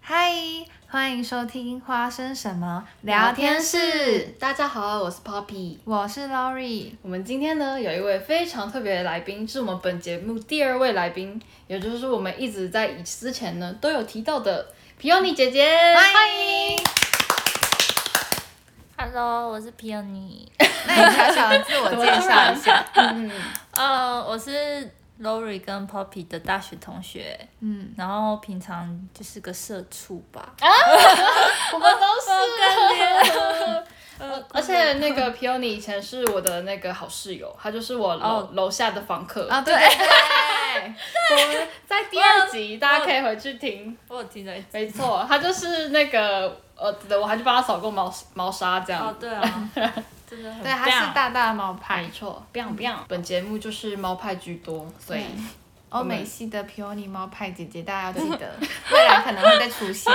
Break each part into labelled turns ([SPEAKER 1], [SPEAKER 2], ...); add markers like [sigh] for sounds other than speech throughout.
[SPEAKER 1] 嗨，欢迎收听《花生什么
[SPEAKER 2] 聊
[SPEAKER 1] 聊天
[SPEAKER 2] 天
[SPEAKER 1] 室》，
[SPEAKER 2] 室，大家好，我是 Poppy。
[SPEAKER 1] 我是 Lori。
[SPEAKER 2] 我们今天呢有一位非常特别的来宾，是我们本节目第二位来宾，也就是我们一直在以之前呢都有提到的皮尤尼姐姐，欢迎。
[SPEAKER 3] Hello，我是
[SPEAKER 1] [laughs]
[SPEAKER 3] Peony。
[SPEAKER 1] 那你小小的自我介绍一
[SPEAKER 2] [laughs]
[SPEAKER 1] 下。
[SPEAKER 2] 嗯，
[SPEAKER 3] 呃，我是 Lori 跟 Poppy 的大学同学，
[SPEAKER 1] 嗯，
[SPEAKER 3] 然后平常就是个社畜吧。
[SPEAKER 1] 啊
[SPEAKER 2] 我们
[SPEAKER 3] [laughs]
[SPEAKER 2] 都是。
[SPEAKER 3] 呃
[SPEAKER 2] 而且那个皮尤尼以前是我的那个好室友，他就是我楼
[SPEAKER 3] 哦
[SPEAKER 2] 楼下的房客。
[SPEAKER 1] 啊，对，
[SPEAKER 2] 我们在第二集，大家可以回去听。
[SPEAKER 3] 我有听到一集
[SPEAKER 2] 没错，他就是那个呃，我还去帮他扫过毛毛纱这样。
[SPEAKER 3] 哦，
[SPEAKER 1] [laughs]
[SPEAKER 3] 对啊，真的很
[SPEAKER 1] 对，他是大大猫派
[SPEAKER 2] 没，错，biang biang。本节目就是猫派居多，所
[SPEAKER 3] 嗯
[SPEAKER 2] 以
[SPEAKER 1] 欧美系的 Peony 猫派姐姐，大家要记得，未来可能会再出现。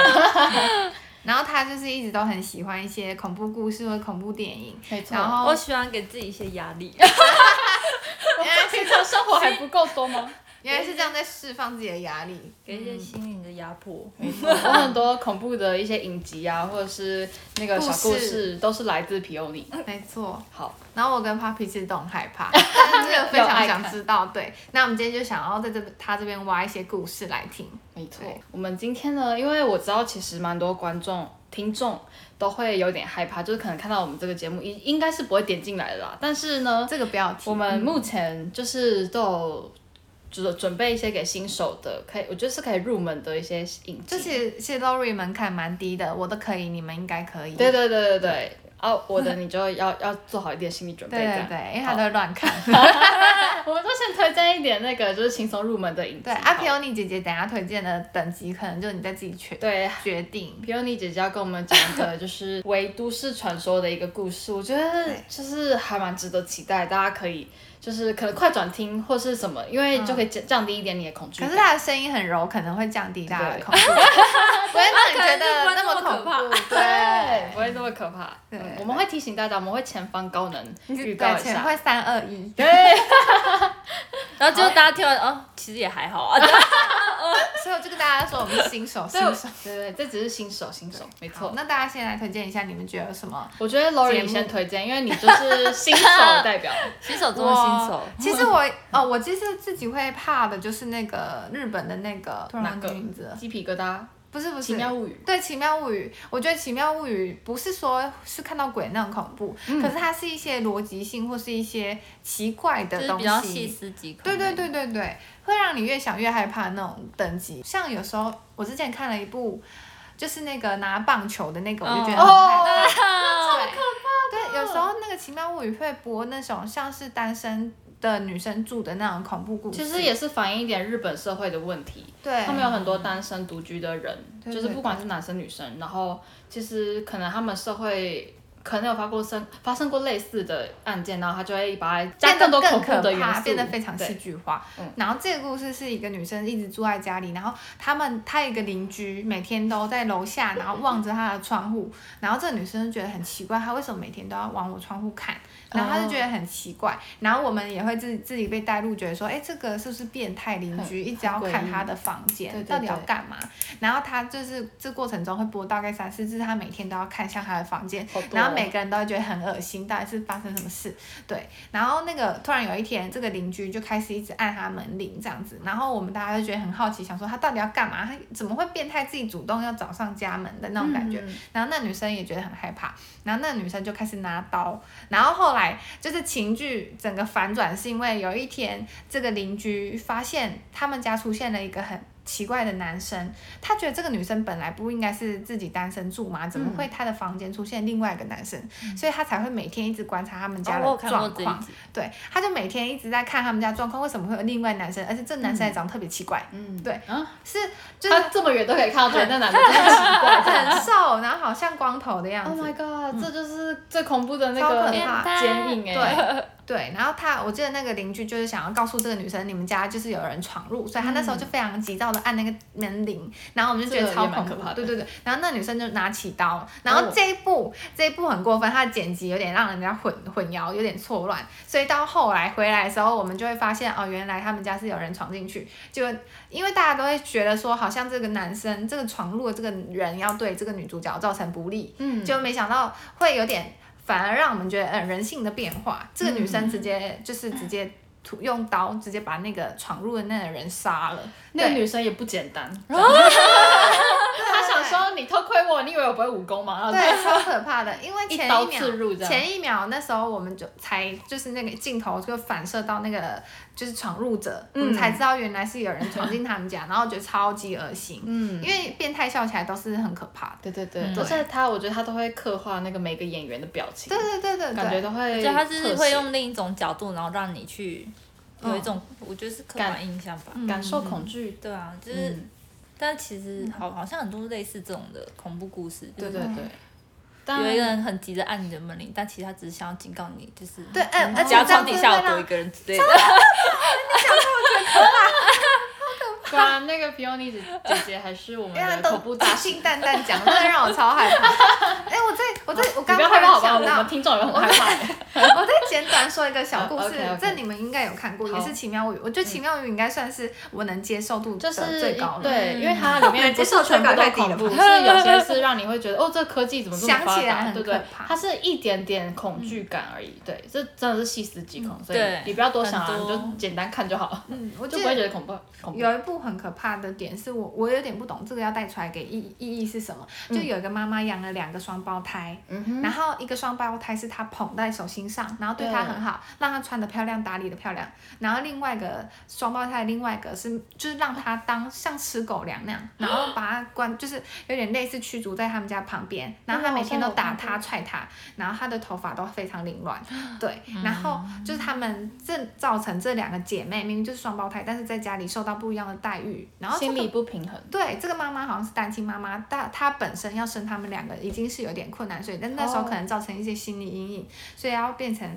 [SPEAKER 1] 然后她就是一直都很喜欢一些恐怖故事或恐怖电影，
[SPEAKER 2] 没错
[SPEAKER 1] 然后
[SPEAKER 3] 我喜欢给自己一些压力。
[SPEAKER 2] 平常生活还不够多 [laughs] 吗？
[SPEAKER 1] 原来是这样在释放自己的压力。嗯
[SPEAKER 3] 给一些心灵的压迫，
[SPEAKER 2] 哦我很多恐怖的一些影集啊，或者是那个小故
[SPEAKER 1] 故
[SPEAKER 2] 事，
[SPEAKER 1] 事
[SPEAKER 2] 都是来自皮欧尼。
[SPEAKER 1] 没错，
[SPEAKER 2] 好，
[SPEAKER 1] 然后我跟 Papi 其实都很害
[SPEAKER 2] [laughs]
[SPEAKER 1] 怕，但是真的非常
[SPEAKER 2] 有爱
[SPEAKER 1] 想
[SPEAKER 2] 看
[SPEAKER 1] 知道。对，那我们今天就想要在这他这边挖一些故事来听。
[SPEAKER 2] 没错
[SPEAKER 1] 对。
[SPEAKER 2] 我们今天呢，因为我知道其实蛮多观众、听众都会有点害怕，就是可能看到我们这个节目，应应该是不会点进来的啦。但是呢，
[SPEAKER 1] 这个不要提，嗯
[SPEAKER 2] 我们目前就是都有准准备一些给新手的，可以我觉得是可以入门的一些影集。
[SPEAKER 1] 就其实其实 Lori 门槛蛮低的，我都可以，你们应该可以。
[SPEAKER 2] 对对对对对，啊，我的你就要要做好一点心理准备，
[SPEAKER 1] 对
[SPEAKER 2] 这
[SPEAKER 1] 对
[SPEAKER 2] 样。
[SPEAKER 1] 对因为他都会乱看。
[SPEAKER 2] [laughs] 我们都先推荐一点那个就是轻松入门的影集。
[SPEAKER 1] 对，阿皮，欧尼姐姐等一下推荐的等级，可能就你再自己决
[SPEAKER 2] 对。
[SPEAKER 1] 决定。
[SPEAKER 2] 皮欧尼姐姐要跟我们讲一个就是为都市传说的一个故事，我觉得
[SPEAKER 1] 对
[SPEAKER 2] 就是还蛮值得期待，大家可以就是可能快转听或是什么，因为就可以降降低一点你的恐惧
[SPEAKER 1] 可
[SPEAKER 2] 感。
[SPEAKER 1] 是他的声音很柔，可能会降低大家的
[SPEAKER 2] 对
[SPEAKER 1] 恐
[SPEAKER 2] [laughs]
[SPEAKER 1] 惧感，不会让你觉得那
[SPEAKER 3] 那
[SPEAKER 1] 么
[SPEAKER 3] 么
[SPEAKER 1] 恐
[SPEAKER 3] 可怕
[SPEAKER 1] 怖。
[SPEAKER 2] 对， [laughs] 不会那么可怕。
[SPEAKER 1] 对
[SPEAKER 2] 嗯我们会提醒大家，我们会前方高能预
[SPEAKER 1] 对，
[SPEAKER 2] 告
[SPEAKER 1] 对，
[SPEAKER 2] 一
[SPEAKER 1] 前
[SPEAKER 2] 下。
[SPEAKER 1] 会三二一。
[SPEAKER 2] 对，
[SPEAKER 3] 然后就大家听完哦，其实也还好
[SPEAKER 1] [laughs]
[SPEAKER 3] 啊。
[SPEAKER 1] 所以我就跟大家说，我们是新手，新
[SPEAKER 2] 对
[SPEAKER 1] 手。
[SPEAKER 2] 对对，这只是新手，新手，没
[SPEAKER 1] 好
[SPEAKER 2] 错。
[SPEAKER 1] 那大家先来推荐一下，你们觉得有什么
[SPEAKER 2] 我觉得
[SPEAKER 1] 节
[SPEAKER 2] Lori
[SPEAKER 1] 目
[SPEAKER 2] 先推荐，因为你就是新手代 [laughs] 表。
[SPEAKER 3] 新手中的
[SPEAKER 1] 哇，
[SPEAKER 3] 新手，
[SPEAKER 1] 其实我哦，我其实自己会怕的就是那个日本的那个突然
[SPEAKER 2] 哪
[SPEAKER 1] 忘
[SPEAKER 2] 个
[SPEAKER 1] 记名字了
[SPEAKER 2] 鸡皮疙瘩？
[SPEAKER 1] 不是不是
[SPEAKER 2] 奇妙物语。
[SPEAKER 1] 对《奇妙物语》，我觉得《奇妙物语》不是说是看到鬼那种恐怖，可是它是一些逻辑性或是一些奇怪
[SPEAKER 3] 就
[SPEAKER 1] 的
[SPEAKER 3] 是
[SPEAKER 1] 东
[SPEAKER 3] 比较细
[SPEAKER 1] 西。
[SPEAKER 3] 思极恐。
[SPEAKER 1] 对对，
[SPEAKER 3] [laughs]
[SPEAKER 1] 对对对，会让你越想越害怕那种等级。像有时候我之前看了一部，就是那个拿棒球的那个，我就觉得很害怕。
[SPEAKER 2] 哦，
[SPEAKER 1] 对，对，有时候那个《奇妙物语》会播那种像是单身的女生住的那种恐怖故事，
[SPEAKER 2] 其实也是反映一点日本社会的问题。
[SPEAKER 1] 对
[SPEAKER 2] 他们有很多单身独居的人，
[SPEAKER 1] 对
[SPEAKER 2] 就是不管是男生女生，然后其实可能他们社会。可能有发过生发生过类似的案件，然后他就会把它加
[SPEAKER 1] 变得
[SPEAKER 2] 更多
[SPEAKER 1] 更
[SPEAKER 2] 恐怖
[SPEAKER 1] 可
[SPEAKER 2] 的元
[SPEAKER 1] 怕，
[SPEAKER 2] 素，
[SPEAKER 1] 变得非常
[SPEAKER 2] 对
[SPEAKER 1] 戏剧化
[SPEAKER 2] 嗯。
[SPEAKER 1] 然后这个故事是一个女生一直住在家里，然后他们她有一个邻居每天都在楼下，然后望着她的窗户，然后这个女生就觉得很奇怪，她为什么每天都要往我窗户看？然后
[SPEAKER 2] 哦
[SPEAKER 1] 她就觉得很奇怪，然后我们也会自自己被带入，觉得说，哎，这个是不是变态邻居，一直要
[SPEAKER 2] 很诡
[SPEAKER 1] 看
[SPEAKER 2] 异
[SPEAKER 1] 她的房
[SPEAKER 2] 对
[SPEAKER 1] 间
[SPEAKER 2] 对
[SPEAKER 1] 到底要
[SPEAKER 2] 对
[SPEAKER 1] 干嘛？然后她就是这过程中会播大概三四次，她每天都要看向她的房间，
[SPEAKER 2] 好多
[SPEAKER 1] 然后每个人都会觉得很恶心，到底是发生什么事？对，然后那个突然有一天，这个邻居就开始一直按他门铃这样子，然后我们大家就觉得很好奇，想说他到底要干嘛？他怎么会变态自己主动要找上家门的那种感觉？
[SPEAKER 2] 嗯
[SPEAKER 1] 然后那女生也觉得很害怕，然后那女生就开始拿刀，然后后来就是情剧整个反转，是因为有一天这个邻居发现他们家出现了一个很奇怪的男生，他觉得这个女生本来不应该是自己单身住
[SPEAKER 3] 嗯
[SPEAKER 1] 吗？怎么会她的房间出现另外一个男生？所以他才会每天一直观察他们家
[SPEAKER 3] 哦，我有
[SPEAKER 1] 的
[SPEAKER 3] 看过
[SPEAKER 1] 状
[SPEAKER 3] 这
[SPEAKER 1] 况。
[SPEAKER 3] 一集。
[SPEAKER 1] 对，他就每天一直在看他们家状况，为什么会有另外男生？而且这男生还长得特别奇怪，
[SPEAKER 2] 嗯，
[SPEAKER 1] 对
[SPEAKER 2] 啊，
[SPEAKER 1] 是就是
[SPEAKER 2] 他这么远都可以看到，觉得
[SPEAKER 1] [laughs]
[SPEAKER 2] 那男的真的 [laughs] 奇怪。
[SPEAKER 1] 很瘦，然后好像光头的样
[SPEAKER 2] Oh
[SPEAKER 1] 子。
[SPEAKER 2] my god！、这就是最恐怖的那
[SPEAKER 1] 嗯超可
[SPEAKER 2] 个
[SPEAKER 1] 怕
[SPEAKER 2] 剪影哎、 [laughs]
[SPEAKER 1] 对，对，然后他，我记得那个邻居就是想要告诉这个女生，你们家就是有人闯入，所以他那时候就非常急躁的按那个门铃，然后我们就觉
[SPEAKER 2] 嗯这
[SPEAKER 1] 得
[SPEAKER 2] 个
[SPEAKER 1] 超
[SPEAKER 2] 也蛮
[SPEAKER 1] 恐怖
[SPEAKER 2] 可怕，的
[SPEAKER 1] 对对对。然后那女生就拿起刀，然后
[SPEAKER 2] 哦
[SPEAKER 1] 这一步、这一步很过分，她的剪辑有点让人家混混淆，有点错乱，所以到后来回来的时候，我们就会发现哦，原来他们家是有人闯进去，就因为大家都会觉得说，好像这个男生这个闯入的这个人要对这个女主角造成不利，
[SPEAKER 2] 嗯，
[SPEAKER 1] 就没想到会有点，反而让我们觉得，嗯，人性的变化。这个女生直接
[SPEAKER 2] 嗯
[SPEAKER 1] 就是直接突用刀直接把那个闯入的那个人杀了。
[SPEAKER 2] 那个
[SPEAKER 1] 对
[SPEAKER 2] 女生也不
[SPEAKER 1] [laughs]
[SPEAKER 2] 简单，她想说你偷窥我，你以为我不会武功吗？然后
[SPEAKER 1] 对，超可怕的，因为前
[SPEAKER 2] 一
[SPEAKER 1] 一
[SPEAKER 2] 刀
[SPEAKER 1] 秒
[SPEAKER 2] 刺入这样
[SPEAKER 1] 前一秒那时候我们就才就是那个镜头就反射到那个就是闯入者，我们
[SPEAKER 2] 嗯
[SPEAKER 1] 才知道原来是有人闯进他们家，然后觉得超级恶心，
[SPEAKER 2] 嗯
[SPEAKER 1] 因为变态笑起来都是很可怕的。
[SPEAKER 2] 对对对，
[SPEAKER 3] 嗯
[SPEAKER 2] 而且她我觉得她都会刻画那个每个演员的表情
[SPEAKER 1] 对，对对对对，
[SPEAKER 2] 感觉都会特
[SPEAKER 3] 就
[SPEAKER 2] 写，
[SPEAKER 3] 他就是会用另一种角度，然后让你去
[SPEAKER 1] 嗯
[SPEAKER 3] 有一种，我觉得是刻板印象吧。
[SPEAKER 2] 感受恐惧，
[SPEAKER 3] 对啊，就是，
[SPEAKER 2] 嗯，
[SPEAKER 3] 但其实好好像很多类似这种的恐怖故事，就
[SPEAKER 2] 对
[SPEAKER 3] 是
[SPEAKER 2] 对对。
[SPEAKER 3] 有一个
[SPEAKER 2] 但
[SPEAKER 3] 人很急着按你的门铃，但其实他只是想要警告你，就是
[SPEAKER 1] 对哎
[SPEAKER 2] 嗯
[SPEAKER 1] 而且
[SPEAKER 3] 家
[SPEAKER 1] 这样
[SPEAKER 3] 床
[SPEAKER 1] 子
[SPEAKER 3] 底下
[SPEAKER 1] 会
[SPEAKER 3] 有多
[SPEAKER 1] 让
[SPEAKER 3] 一个人之类的。
[SPEAKER 2] 果然那个 p i o n i 姐姐还是我们
[SPEAKER 1] 因为他
[SPEAKER 2] 的
[SPEAKER 1] 都
[SPEAKER 2] 嗯恐怖大师，
[SPEAKER 1] 信淡淡讲，真的让我超害
[SPEAKER 2] [laughs]
[SPEAKER 1] 怕。哎、我在我在我
[SPEAKER 2] 你
[SPEAKER 1] 刚
[SPEAKER 2] 不
[SPEAKER 1] 刚
[SPEAKER 2] 要
[SPEAKER 1] 突
[SPEAKER 2] 害
[SPEAKER 1] 然
[SPEAKER 2] 怕好不好？
[SPEAKER 1] 想
[SPEAKER 2] 我们
[SPEAKER 1] 到，
[SPEAKER 2] 听众也很害怕。
[SPEAKER 1] 我再简短说一个小故事
[SPEAKER 2] OK，OK
[SPEAKER 1] 这你们应该有看过，也
[SPEAKER 2] 好
[SPEAKER 1] 是《奇妙物语》。我觉得《奇妙物语》应该算是我能接受度
[SPEAKER 2] [laughs] 嗯就
[SPEAKER 1] 的
[SPEAKER 2] 是
[SPEAKER 1] 最高了。
[SPEAKER 2] 对，因为它里面不
[SPEAKER 1] 接受
[SPEAKER 2] 是全部
[SPEAKER 1] 程度
[SPEAKER 2] 都
[SPEAKER 1] 太低了
[SPEAKER 2] 恐怖，
[SPEAKER 1] 吧
[SPEAKER 2] 是有些是让你会觉得哦，这科技怎么这么
[SPEAKER 1] 想
[SPEAKER 2] 发
[SPEAKER 1] 起来
[SPEAKER 2] 达，
[SPEAKER 1] 很
[SPEAKER 2] 对不对 [laughs]
[SPEAKER 1] 可？怕
[SPEAKER 2] 它是一点点恐惧感而已，对，这真的是细思极恐，所以
[SPEAKER 3] 嗯对
[SPEAKER 2] 你不要多想啊，
[SPEAKER 3] 很
[SPEAKER 2] 你
[SPEAKER 3] 多
[SPEAKER 2] 就简单看就好，
[SPEAKER 1] 嗯，我
[SPEAKER 2] 就
[SPEAKER 1] 记
[SPEAKER 2] 不会
[SPEAKER 1] 得
[SPEAKER 2] 觉得恐怖恐怖。
[SPEAKER 1] 有一部很可怕的点是我我有点不懂这个要带出来给意意义是什么。就有一个妈妈养了两个双胞胎，
[SPEAKER 2] 嗯哼，
[SPEAKER 1] 然后一个双胞胎是她捧在手心上，然后对她
[SPEAKER 2] 对
[SPEAKER 1] 很好，让她穿的漂亮，打理的漂亮。然后另外一个双胞胎，另外一个是就是让她当像吃狗粮那样，然后把她关，就是有点类似驱逐在他们家旁边。然后她每天都打她、踹她，然
[SPEAKER 2] [laughs]
[SPEAKER 1] 后她的头发都非常凌乱。对，然后就是她们这造成这两个姐妹明明就是双胞胎，但是在家里受到不一样的待遇，然后这
[SPEAKER 2] 心
[SPEAKER 1] 个
[SPEAKER 2] 理不平衡。
[SPEAKER 1] 对，这个妈妈好像是单亲妈妈，但她本身要生他们两个已经是有点困难，所以但那时候
[SPEAKER 2] 哦
[SPEAKER 1] 可能造成一些心理阴影，所以要变成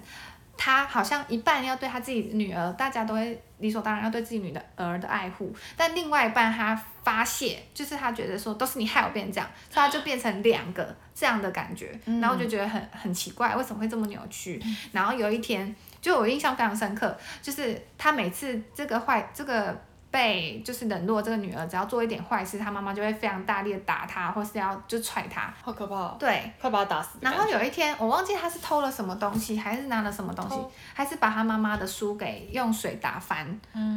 [SPEAKER 1] 她好像一半要对她自己女儿，大家都会理所当然要对自己女的儿的爱护，但另外一半她发泄，就是她觉得说都是你害我变这样，所以她就变成两个这样的感觉，然后我就觉得很很奇怪，为什么会这么扭曲？然后有一天，就我印象非常深刻，就是她每次这个坏这个。被就是冷落这个女儿，只要做一点坏事，她妈妈就会非常大力的打她，或是要就踹她。
[SPEAKER 2] 好可怕、哦，
[SPEAKER 1] 对，
[SPEAKER 2] 快把他打死的
[SPEAKER 1] 然
[SPEAKER 2] 感觉。
[SPEAKER 1] 后有一天，我忘记他是偷了什么东西，还是拿了什么东西
[SPEAKER 2] 偷，
[SPEAKER 1] 还是把他妈妈的书给用水打翻，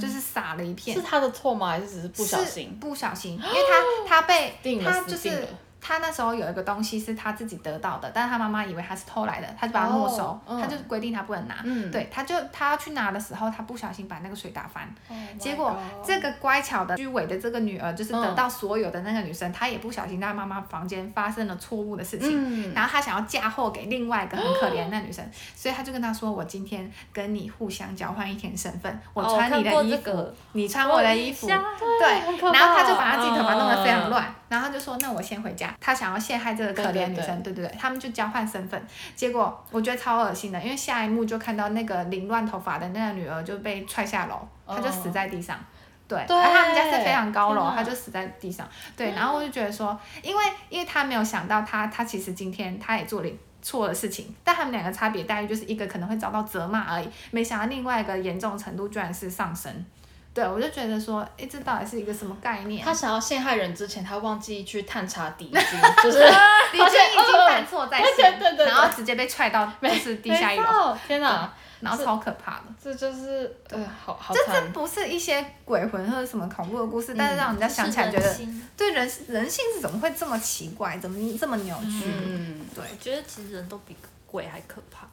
[SPEAKER 1] 就是洒了一片
[SPEAKER 2] 嗯是。他的错吗？还是只是不小
[SPEAKER 1] 是
[SPEAKER 2] 心？
[SPEAKER 1] 不小心，因为
[SPEAKER 2] [gasps]
[SPEAKER 1] 他他被
[SPEAKER 2] 定了
[SPEAKER 1] 他
[SPEAKER 2] 死
[SPEAKER 1] 就
[SPEAKER 2] 定
[SPEAKER 1] 是
[SPEAKER 2] 了
[SPEAKER 1] 他那时候有一个东西是他自己得到的，但是他妈妈以为他是偷来的，他就把它没收，
[SPEAKER 2] 哦嗯
[SPEAKER 1] 他就规定他不能拿。
[SPEAKER 2] 嗯
[SPEAKER 1] 对，他就他要去拿的时候，他不小心把那个水打翻，
[SPEAKER 2] Oh my
[SPEAKER 1] 结果
[SPEAKER 2] God
[SPEAKER 1] 这个乖巧的虚伪的这个女儿，就是得
[SPEAKER 2] 嗯
[SPEAKER 1] 到所有的那个女生，她也不小心在妈妈房间发生了错误的事情。
[SPEAKER 2] 嗯，
[SPEAKER 1] 然后她想要嫁祸给另外一个很可怜的那女生，所以她就跟她说：“我今天跟你互相交换一天身份，我
[SPEAKER 3] 哦
[SPEAKER 1] 穿你
[SPEAKER 3] 看
[SPEAKER 1] 的
[SPEAKER 3] 过
[SPEAKER 1] 衣
[SPEAKER 3] 这
[SPEAKER 1] 服，
[SPEAKER 3] 个
[SPEAKER 1] 你穿我的衣服。”
[SPEAKER 3] 吓
[SPEAKER 1] 对，
[SPEAKER 2] 啊很可
[SPEAKER 1] 然后
[SPEAKER 2] 怕
[SPEAKER 1] 他就把他自己头发弄得非常
[SPEAKER 3] 嗯
[SPEAKER 1] 乱，然后他就说：“那我先回家。”他想要陷害这个可
[SPEAKER 2] 对
[SPEAKER 1] 怜
[SPEAKER 2] 对
[SPEAKER 1] 女
[SPEAKER 2] 对
[SPEAKER 1] 生，对对对，他们就交换身份。结果我觉得超恶心的，因为下一幕就看到那个凌乱头发的那个女儿就被踹下楼，她就死在地上。对，
[SPEAKER 2] 哦对
[SPEAKER 1] 而他们家是非常高
[SPEAKER 2] 天
[SPEAKER 1] 楼，
[SPEAKER 2] 哪嗯
[SPEAKER 1] 她就死在地上。对，然后我就觉得说，因为因为他没有想到他，他其实今天他也做了。错的事情，但他们两个差别待遇就是一个可能会遭到责骂而已，没想到另外一个严重程度居然是上升。对，我就觉得说，哎，这到底是一个什么概念啊？
[SPEAKER 2] 他想要陷害人之前，他忘记去探查底 [laughs] 薪，就是
[SPEAKER 1] 李军已经犯错在先，
[SPEAKER 2] 而且哦对对对
[SPEAKER 1] 然后直接被踹到就是地下一
[SPEAKER 2] 没
[SPEAKER 1] 楼，
[SPEAKER 2] 错。天哪，
[SPEAKER 1] 然后超可怕的。
[SPEAKER 2] 这就是呃，好好
[SPEAKER 1] 这这
[SPEAKER 2] 惨。嗯
[SPEAKER 1] 不是一些鬼魂或者什么恐怖的故事，但是让人家
[SPEAKER 3] 他
[SPEAKER 1] 想起来觉得，对人人性是怎么会这么奇怪，怎么这么扭曲？
[SPEAKER 2] 嗯，
[SPEAKER 1] 对，
[SPEAKER 3] 我觉得其实人都比鬼还可怕。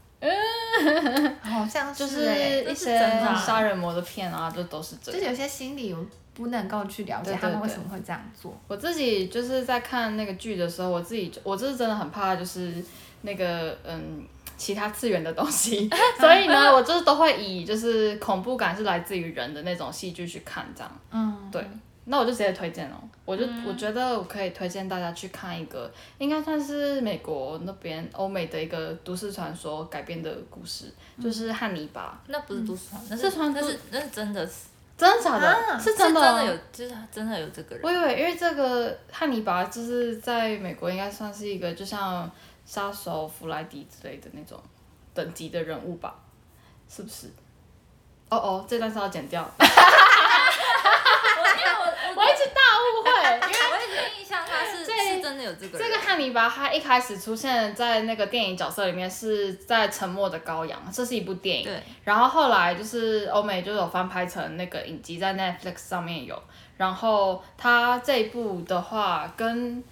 [SPEAKER 1] 好像
[SPEAKER 2] 就是
[SPEAKER 1] 欸
[SPEAKER 2] 是一
[SPEAKER 3] 这是
[SPEAKER 2] 些
[SPEAKER 3] 真的啊
[SPEAKER 2] 杀人魔的片啊，这都是这
[SPEAKER 1] 就是
[SPEAKER 2] 样。
[SPEAKER 1] 有些心理我不能够去了解
[SPEAKER 2] 对对
[SPEAKER 1] 他们为
[SPEAKER 2] 对
[SPEAKER 1] 什么会这样做。
[SPEAKER 2] 我自己就是在看那个剧的时候，我自己就我就是真的很怕，就是那个嗯。其他次元的东西，所以呢，我就是都会以就是恐怖感是来自于人的那种戏剧去看这样，
[SPEAKER 1] 嗯，
[SPEAKER 2] 对，那我就直接推荐了。哦我就、我觉得我可以推荐大家去看一个，应该算是美国那边欧美的一个都市传说改编的故事，就是汉尼拔。
[SPEAKER 3] 那不是都市传，
[SPEAKER 1] 嗯
[SPEAKER 3] 那
[SPEAKER 2] 是
[SPEAKER 3] 是
[SPEAKER 2] 传
[SPEAKER 3] 那是那是真的是
[SPEAKER 2] 真的假的？
[SPEAKER 1] 啊
[SPEAKER 2] 是
[SPEAKER 3] 真
[SPEAKER 2] 真的哦、
[SPEAKER 3] 的有，就是真的有这
[SPEAKER 1] [laughs]
[SPEAKER 3] 个人。
[SPEAKER 2] 我以为，因为这个汉尼拔就是在美国应该算是一个，就像杀手弗莱迪之类的那种等级的人物吧，是不是？哦哦，这段是要剪掉。
[SPEAKER 3] 我因为我
[SPEAKER 2] 我一直大误 [laughs] 会，因为
[SPEAKER 3] 我已经印象他是
[SPEAKER 2] 这
[SPEAKER 3] 是真的有这个
[SPEAKER 2] 这
[SPEAKER 3] 人。
[SPEAKER 2] 个汉尼拔他一开始出现在那个电影角色里面是在《沉默的羔羊》，这是一部电影。
[SPEAKER 3] 对，
[SPEAKER 2] 然后后来就是欧美就有翻拍成那个影集，在 Netflix 上面有。然后他这一部的话，跟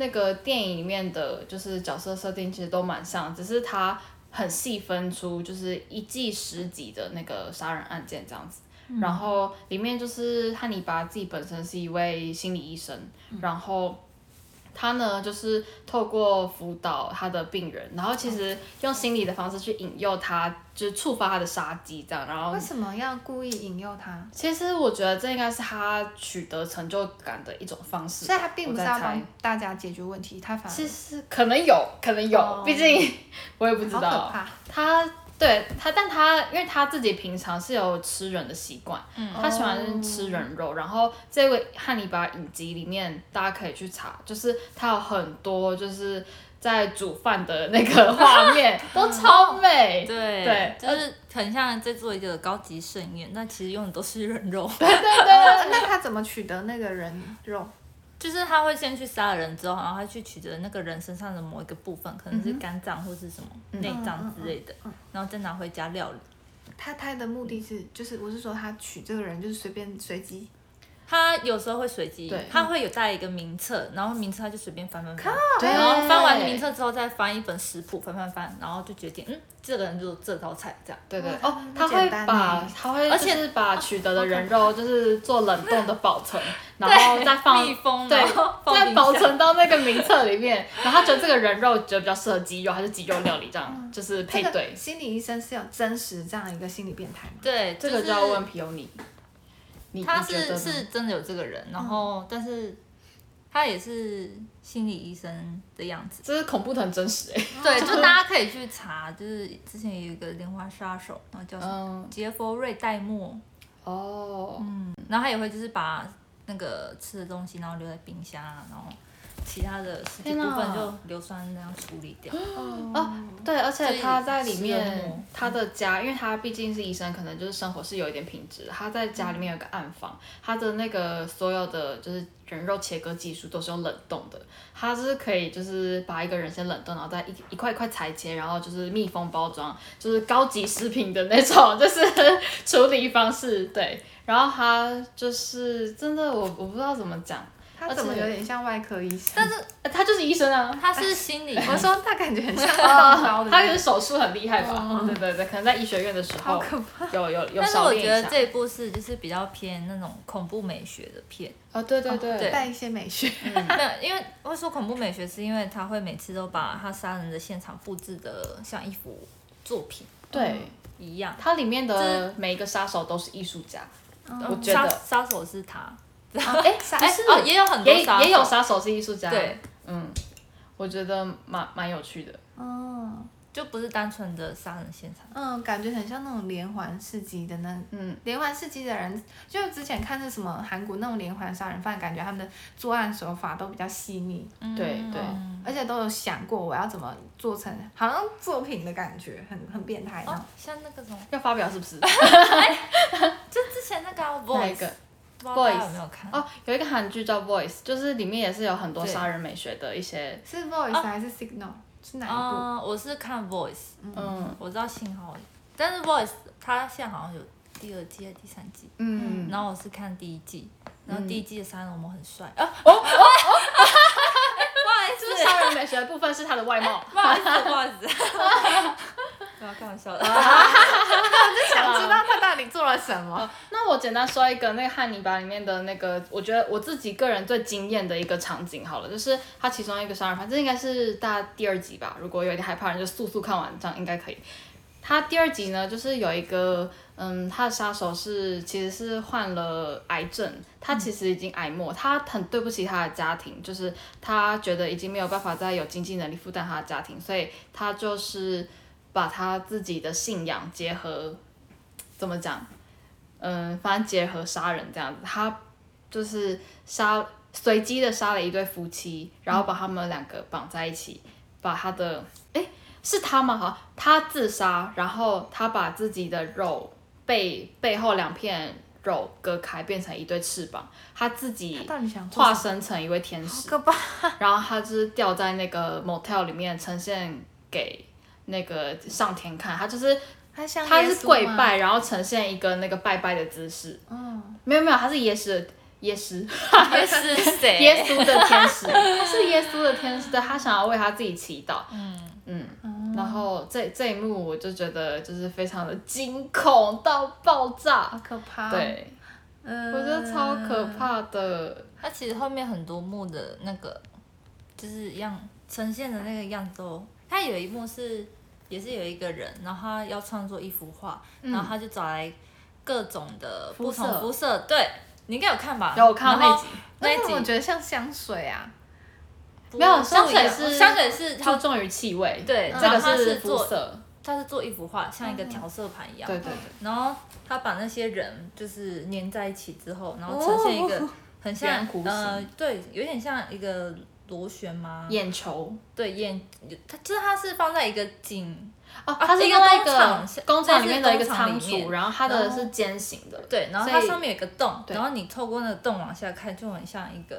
[SPEAKER 2] 那个电影里面的就是角色设定其实都蛮像，只是他很细分出就是一季十集的那个杀人案件这样子。
[SPEAKER 1] 嗯
[SPEAKER 2] 然后里面就是汉尼拔自己本身是一位心理医生，
[SPEAKER 1] 嗯
[SPEAKER 2] 然后他呢就是透过辅导他的病人，然后其实用心理的方式去引诱他，就是触发他的杀机这样，然后
[SPEAKER 1] 为什么要故意引诱他？
[SPEAKER 2] 其实我觉得这应该是他取得成就感的一种方式吧，
[SPEAKER 1] 所以他并不是要
[SPEAKER 2] 我在猜
[SPEAKER 1] 帮大家解决问题，他反而
[SPEAKER 2] 其实可能有，可能有，
[SPEAKER 1] 哦
[SPEAKER 2] 毕竟 [laughs] 我也不知
[SPEAKER 1] 好
[SPEAKER 2] 道
[SPEAKER 1] 可。怕。
[SPEAKER 2] 他对他，但他因为他自己平常是有吃人的习惯，他喜欢吃人肉。然后这位汉尼拔影集里面，大家可以去查，就是他有很多就是在煮饭的那个画面， [laughs] 都超美。
[SPEAKER 3] 对
[SPEAKER 2] 对呃
[SPEAKER 3] 就是很像在做一个高级盛宴，但其实用的都是人肉。 [laughs]
[SPEAKER 1] 那 [laughs] 那他怎么取得那个人肉？
[SPEAKER 3] 就是他会先去杀了人之后，然后他去取得那个人身上的某一个部分，可
[SPEAKER 2] 嗯
[SPEAKER 3] 能是肝脏或是什么内脏之类的，然后再拿回家料理。
[SPEAKER 1] 他他的目的是，就是我是说他娶这个人就是随便随机，
[SPEAKER 3] 他有时候会随机
[SPEAKER 2] 对，
[SPEAKER 3] 他会有带一个名册，然后名册他就随便翻翻翻，
[SPEAKER 2] 对
[SPEAKER 3] 然后翻
[SPEAKER 2] 欸
[SPEAKER 3] 完名册之后再翻一本食谱，翻翻翻，然后就决定，嗯，这个人就这道菜这样。
[SPEAKER 2] 对对
[SPEAKER 1] 哇
[SPEAKER 2] 哦，
[SPEAKER 1] 那
[SPEAKER 2] 他
[SPEAKER 1] 简
[SPEAKER 2] 会
[SPEAKER 1] 单
[SPEAKER 2] 把
[SPEAKER 1] 欸
[SPEAKER 2] 他会
[SPEAKER 3] 而
[SPEAKER 2] 就
[SPEAKER 3] 且
[SPEAKER 2] 是把取 [laughs] 得的人肉就是做冷冻的保 [laughs] 存，然后再
[SPEAKER 3] [laughs]
[SPEAKER 2] 放
[SPEAKER 3] 密封，
[SPEAKER 2] 对
[SPEAKER 3] 然后，放
[SPEAKER 2] 再
[SPEAKER 3] 冰
[SPEAKER 2] 保
[SPEAKER 3] 箱
[SPEAKER 2] 存到那个名册里面。 [laughs] 然后他觉得这个人肉觉得比较适合鸡肉，还是鸡肉料嗯理这样，就是配
[SPEAKER 1] 这
[SPEAKER 2] 对
[SPEAKER 1] 个。心理医生是有真实这样一个心理变态吗？
[SPEAKER 3] 对，
[SPEAKER 2] 这个
[SPEAKER 3] 就
[SPEAKER 2] 就是要问皮尤尼，你
[SPEAKER 3] 他
[SPEAKER 2] 你觉得
[SPEAKER 3] 是
[SPEAKER 2] 呢嗯
[SPEAKER 3] 是真的有这个人，然后、但是他也是心理医生的样子。
[SPEAKER 2] 这是恐怖的很真实哎、
[SPEAKER 3] 对，就大家可以去查，就是之前有一个连环杀手，然后叫什么、
[SPEAKER 2] 嗯，
[SPEAKER 3] 杰佛瑞戴默，
[SPEAKER 2] 哦，
[SPEAKER 3] 然后他也会就是把那个吃的东西，然后留在冰箱啊，然后其他的尸体
[SPEAKER 2] 天哪
[SPEAKER 3] 部分就硫酸那样处理掉。
[SPEAKER 1] 哦
[SPEAKER 2] 哦，对，而且他在里
[SPEAKER 3] 这也是幽默
[SPEAKER 2] 面，他的家，因为他毕竟是医生，可能就是生活是有一点品质的。他在家里面有个暗房，他的那个所有的就是人肉切割技术都是用冷冻的，他是可以就是把一个人先冷冻，然后再一一块一块裁切，然后就是密封包装，就是高级食品的那种， [laughs] 就是处理方式。对，然后他就是真的，我我不知道怎么讲，
[SPEAKER 1] 他怎么有点像外科医生？但是
[SPEAKER 2] 呃他就是医生啊，
[SPEAKER 3] 他是心理，
[SPEAKER 1] 我说他感觉哦很像放刀的
[SPEAKER 2] 哦 [laughs]
[SPEAKER 1] 那
[SPEAKER 2] 他可
[SPEAKER 1] 种，
[SPEAKER 2] 是手术很厉害吧？对对对，可能在医学院的时候
[SPEAKER 1] 好可
[SPEAKER 2] 有有有
[SPEAKER 3] 但是
[SPEAKER 2] 少
[SPEAKER 3] 我
[SPEAKER 2] 练
[SPEAKER 3] 觉
[SPEAKER 2] 一
[SPEAKER 3] 得
[SPEAKER 2] 下。
[SPEAKER 3] 这一部是就是比较偏那种恐怖美学的片。
[SPEAKER 2] 哦，对对对，
[SPEAKER 3] 对
[SPEAKER 1] 带一些美学。
[SPEAKER 3] 没有，因为会说恐怖美学，是因为他会每次都把他杀人的现场布置的像一幅作品
[SPEAKER 2] 对
[SPEAKER 3] 一样。
[SPEAKER 2] 它里面
[SPEAKER 3] 这
[SPEAKER 2] 的每一个杀手都是艺术家，嗯我觉
[SPEAKER 3] 嗯杀
[SPEAKER 2] 得
[SPEAKER 3] 杀手是他，
[SPEAKER 1] 哎，
[SPEAKER 3] [laughs]
[SPEAKER 1] 啥
[SPEAKER 3] 哎、
[SPEAKER 1] 是
[SPEAKER 3] 哦，也有很多
[SPEAKER 2] 也
[SPEAKER 3] 杀手，
[SPEAKER 2] 也有杀手是艺术家。
[SPEAKER 3] 对，
[SPEAKER 2] 嗯，我觉得蛮蛮有趣的。
[SPEAKER 1] 哦，
[SPEAKER 3] 就不是单纯的杀人现场。
[SPEAKER 1] 嗯，感觉很像那种连环刺激的那
[SPEAKER 2] 嗯，
[SPEAKER 1] 连环刺激的人，就之前看那什么韩国那种连环杀人犯，感觉他们的作案手法都比较细腻，
[SPEAKER 2] 对对
[SPEAKER 3] 嗯
[SPEAKER 1] 而且都有想过我要怎么做成，好像作品的感觉，很很变态那
[SPEAKER 3] 哦
[SPEAKER 1] 种。，
[SPEAKER 3] 像那个什么，
[SPEAKER 2] 要发表是不是？
[SPEAKER 3] 就之前那个啊 [laughs] Voice，
[SPEAKER 2] 哪一个？
[SPEAKER 3] 不知道大家有没有看？
[SPEAKER 2] 哦，有一个韩剧叫《Voice》，就是里面也是有很多
[SPEAKER 3] 对
[SPEAKER 2] 杀人美学的一些，
[SPEAKER 1] 是
[SPEAKER 2] 哦
[SPEAKER 1] Voice 还是 Signal？是哪一部？
[SPEAKER 3] 嗯，我是看 Voice，
[SPEAKER 2] 嗯
[SPEAKER 3] 我知道信号，但是 Voice 它现在好像有第二季、还是第三季，
[SPEAKER 2] 嗯，
[SPEAKER 3] 然后我是看第一季，然后第一季的杀人魔很帅啊，
[SPEAKER 2] 就是杀人美学的部分是他的外貌。
[SPEAKER 3] 不好意思，不好意思，不要开玩笑的。
[SPEAKER 1] 想知道他到底做了什么？
[SPEAKER 2] 那我简单说一个那个汉尼拔里面的那个，我觉得我自己个人最惊艳的一个场景好了，就是他其中一个杀人犯，这应该是大家第二集吧，如果有点害怕的人就速速看完，这样应该可以。他第二集呢，就是有一个嗯，他的杀手是其实是患了癌症，他其实已经癌末，他很对不起他的家庭，就是他觉得已经没有办法再有经济能力负担他的家庭，所以他就是把他自己的信仰结合，怎么讲？嗯，反正结合杀人这样子，他就是杀随机的杀了一对夫妻，然后把他们两个绑在一起，把他的哎是他吗？好，他自杀，然后他把自己的肉背背后两片肉割开，变成一对翅膀，他自
[SPEAKER 1] 他
[SPEAKER 2] 己
[SPEAKER 1] 到底想做
[SPEAKER 2] 化
[SPEAKER 1] 什么？
[SPEAKER 2] 身成一位天使，
[SPEAKER 1] 可怕！ [laughs]
[SPEAKER 2] 然后他就是掉在那个 motel 里面，呈现给那个上天看，他就是
[SPEAKER 1] 他像
[SPEAKER 2] 他
[SPEAKER 1] 耶
[SPEAKER 2] 是
[SPEAKER 1] 稣
[SPEAKER 2] 跪
[SPEAKER 1] 吗，
[SPEAKER 2] 拜，然后呈现一个那个拜拜的姿势。
[SPEAKER 1] 嗯，
[SPEAKER 2] 没有没有，他是耶稣的耶稣
[SPEAKER 3] [laughs] 也是谁？
[SPEAKER 2] 耶稣的
[SPEAKER 1] [laughs]
[SPEAKER 2] 天使，他是耶稣的天使，对他想要为他自己祈祷。
[SPEAKER 3] 嗯，
[SPEAKER 2] 嗯，
[SPEAKER 1] 哦
[SPEAKER 2] 然后这这一幕我就觉得就是非常的惊恐到爆炸
[SPEAKER 1] 好，可怕。，
[SPEAKER 2] 对我
[SPEAKER 1] 啊嗯，
[SPEAKER 2] 觉得超可。怕的。
[SPEAKER 3] 它其实后面很多幕的那个，就是样呈现的那个样子哦。它有一幕是也是有一个人，然后他要创作一幅画，
[SPEAKER 2] 嗯
[SPEAKER 3] 然后他就找来各种的不同
[SPEAKER 2] 肤色
[SPEAKER 3] 肤色，对你应该有看吧？
[SPEAKER 2] 有我看到
[SPEAKER 3] 然
[SPEAKER 2] 那
[SPEAKER 3] 后
[SPEAKER 2] 集，
[SPEAKER 1] 那
[SPEAKER 3] 那
[SPEAKER 1] 你
[SPEAKER 3] 一
[SPEAKER 1] 怎么
[SPEAKER 3] 集
[SPEAKER 1] 觉得像香水啊？
[SPEAKER 3] 不
[SPEAKER 2] 没有香
[SPEAKER 3] 不一
[SPEAKER 2] 水
[SPEAKER 3] 样
[SPEAKER 2] 是
[SPEAKER 3] 香水
[SPEAKER 1] 嗯
[SPEAKER 3] 是
[SPEAKER 2] 注
[SPEAKER 3] 他
[SPEAKER 2] 重于气味，
[SPEAKER 3] 对
[SPEAKER 2] 这
[SPEAKER 3] 然
[SPEAKER 2] 个
[SPEAKER 3] 后他
[SPEAKER 2] 是
[SPEAKER 3] 是
[SPEAKER 2] 肤
[SPEAKER 3] 做
[SPEAKER 2] 色，
[SPEAKER 3] 他是做一幅画，像一个调色盘一样。
[SPEAKER 2] 对对对，
[SPEAKER 1] 嗯
[SPEAKER 3] 然后他把那些人就是粘在一起之后，然后呈现一个
[SPEAKER 2] [laughs]
[SPEAKER 3] 很像、
[SPEAKER 2] 圆弧形
[SPEAKER 3] 呃，对，有点像一个螺旋吗？
[SPEAKER 2] 眼球
[SPEAKER 3] 对眼，它就是它是放在一个井，
[SPEAKER 2] 哦，
[SPEAKER 3] 啊
[SPEAKER 2] 它是
[SPEAKER 3] 一
[SPEAKER 2] 另
[SPEAKER 3] 个
[SPEAKER 2] 外一
[SPEAKER 3] 工厂
[SPEAKER 2] 个工厂里面的一个
[SPEAKER 3] 在那个
[SPEAKER 2] 仓
[SPEAKER 3] 工厂里面
[SPEAKER 2] 储，然后它的
[SPEAKER 3] 然后
[SPEAKER 2] 是尖形的，
[SPEAKER 3] 对，然后
[SPEAKER 2] 所
[SPEAKER 3] 它
[SPEAKER 2] 以
[SPEAKER 3] 上面有一个洞，
[SPEAKER 2] 对
[SPEAKER 3] 然后你透过那个洞往下看，就很像一个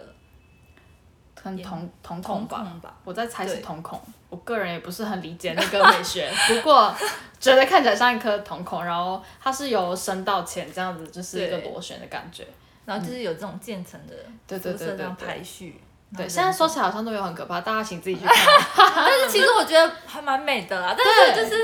[SPEAKER 2] 很瞳瞳孔嗯
[SPEAKER 3] 瞳
[SPEAKER 2] 吧。
[SPEAKER 3] 孔吧。
[SPEAKER 2] 我在猜是
[SPEAKER 3] 对
[SPEAKER 2] 瞳孔，我个人也不是很理解那个美学，不 [laughs] 过觉得看起来像一颗瞳孔，然后它是由深到浅这样子，就是一个
[SPEAKER 3] 对
[SPEAKER 2] 螺旋的感觉。
[SPEAKER 3] 然后就是有这种渐层的
[SPEAKER 2] 对对
[SPEAKER 3] 肤
[SPEAKER 2] 对
[SPEAKER 3] 色
[SPEAKER 2] 对
[SPEAKER 3] 这样
[SPEAKER 2] 对
[SPEAKER 3] 排序。
[SPEAKER 2] 对，
[SPEAKER 3] 然后
[SPEAKER 2] 现在
[SPEAKER 3] 人
[SPEAKER 2] 说起来好像都没有很可怕，大家请 [laughs] 自己去看。
[SPEAKER 3] 但是其实我觉得还蛮美的啦，但是就是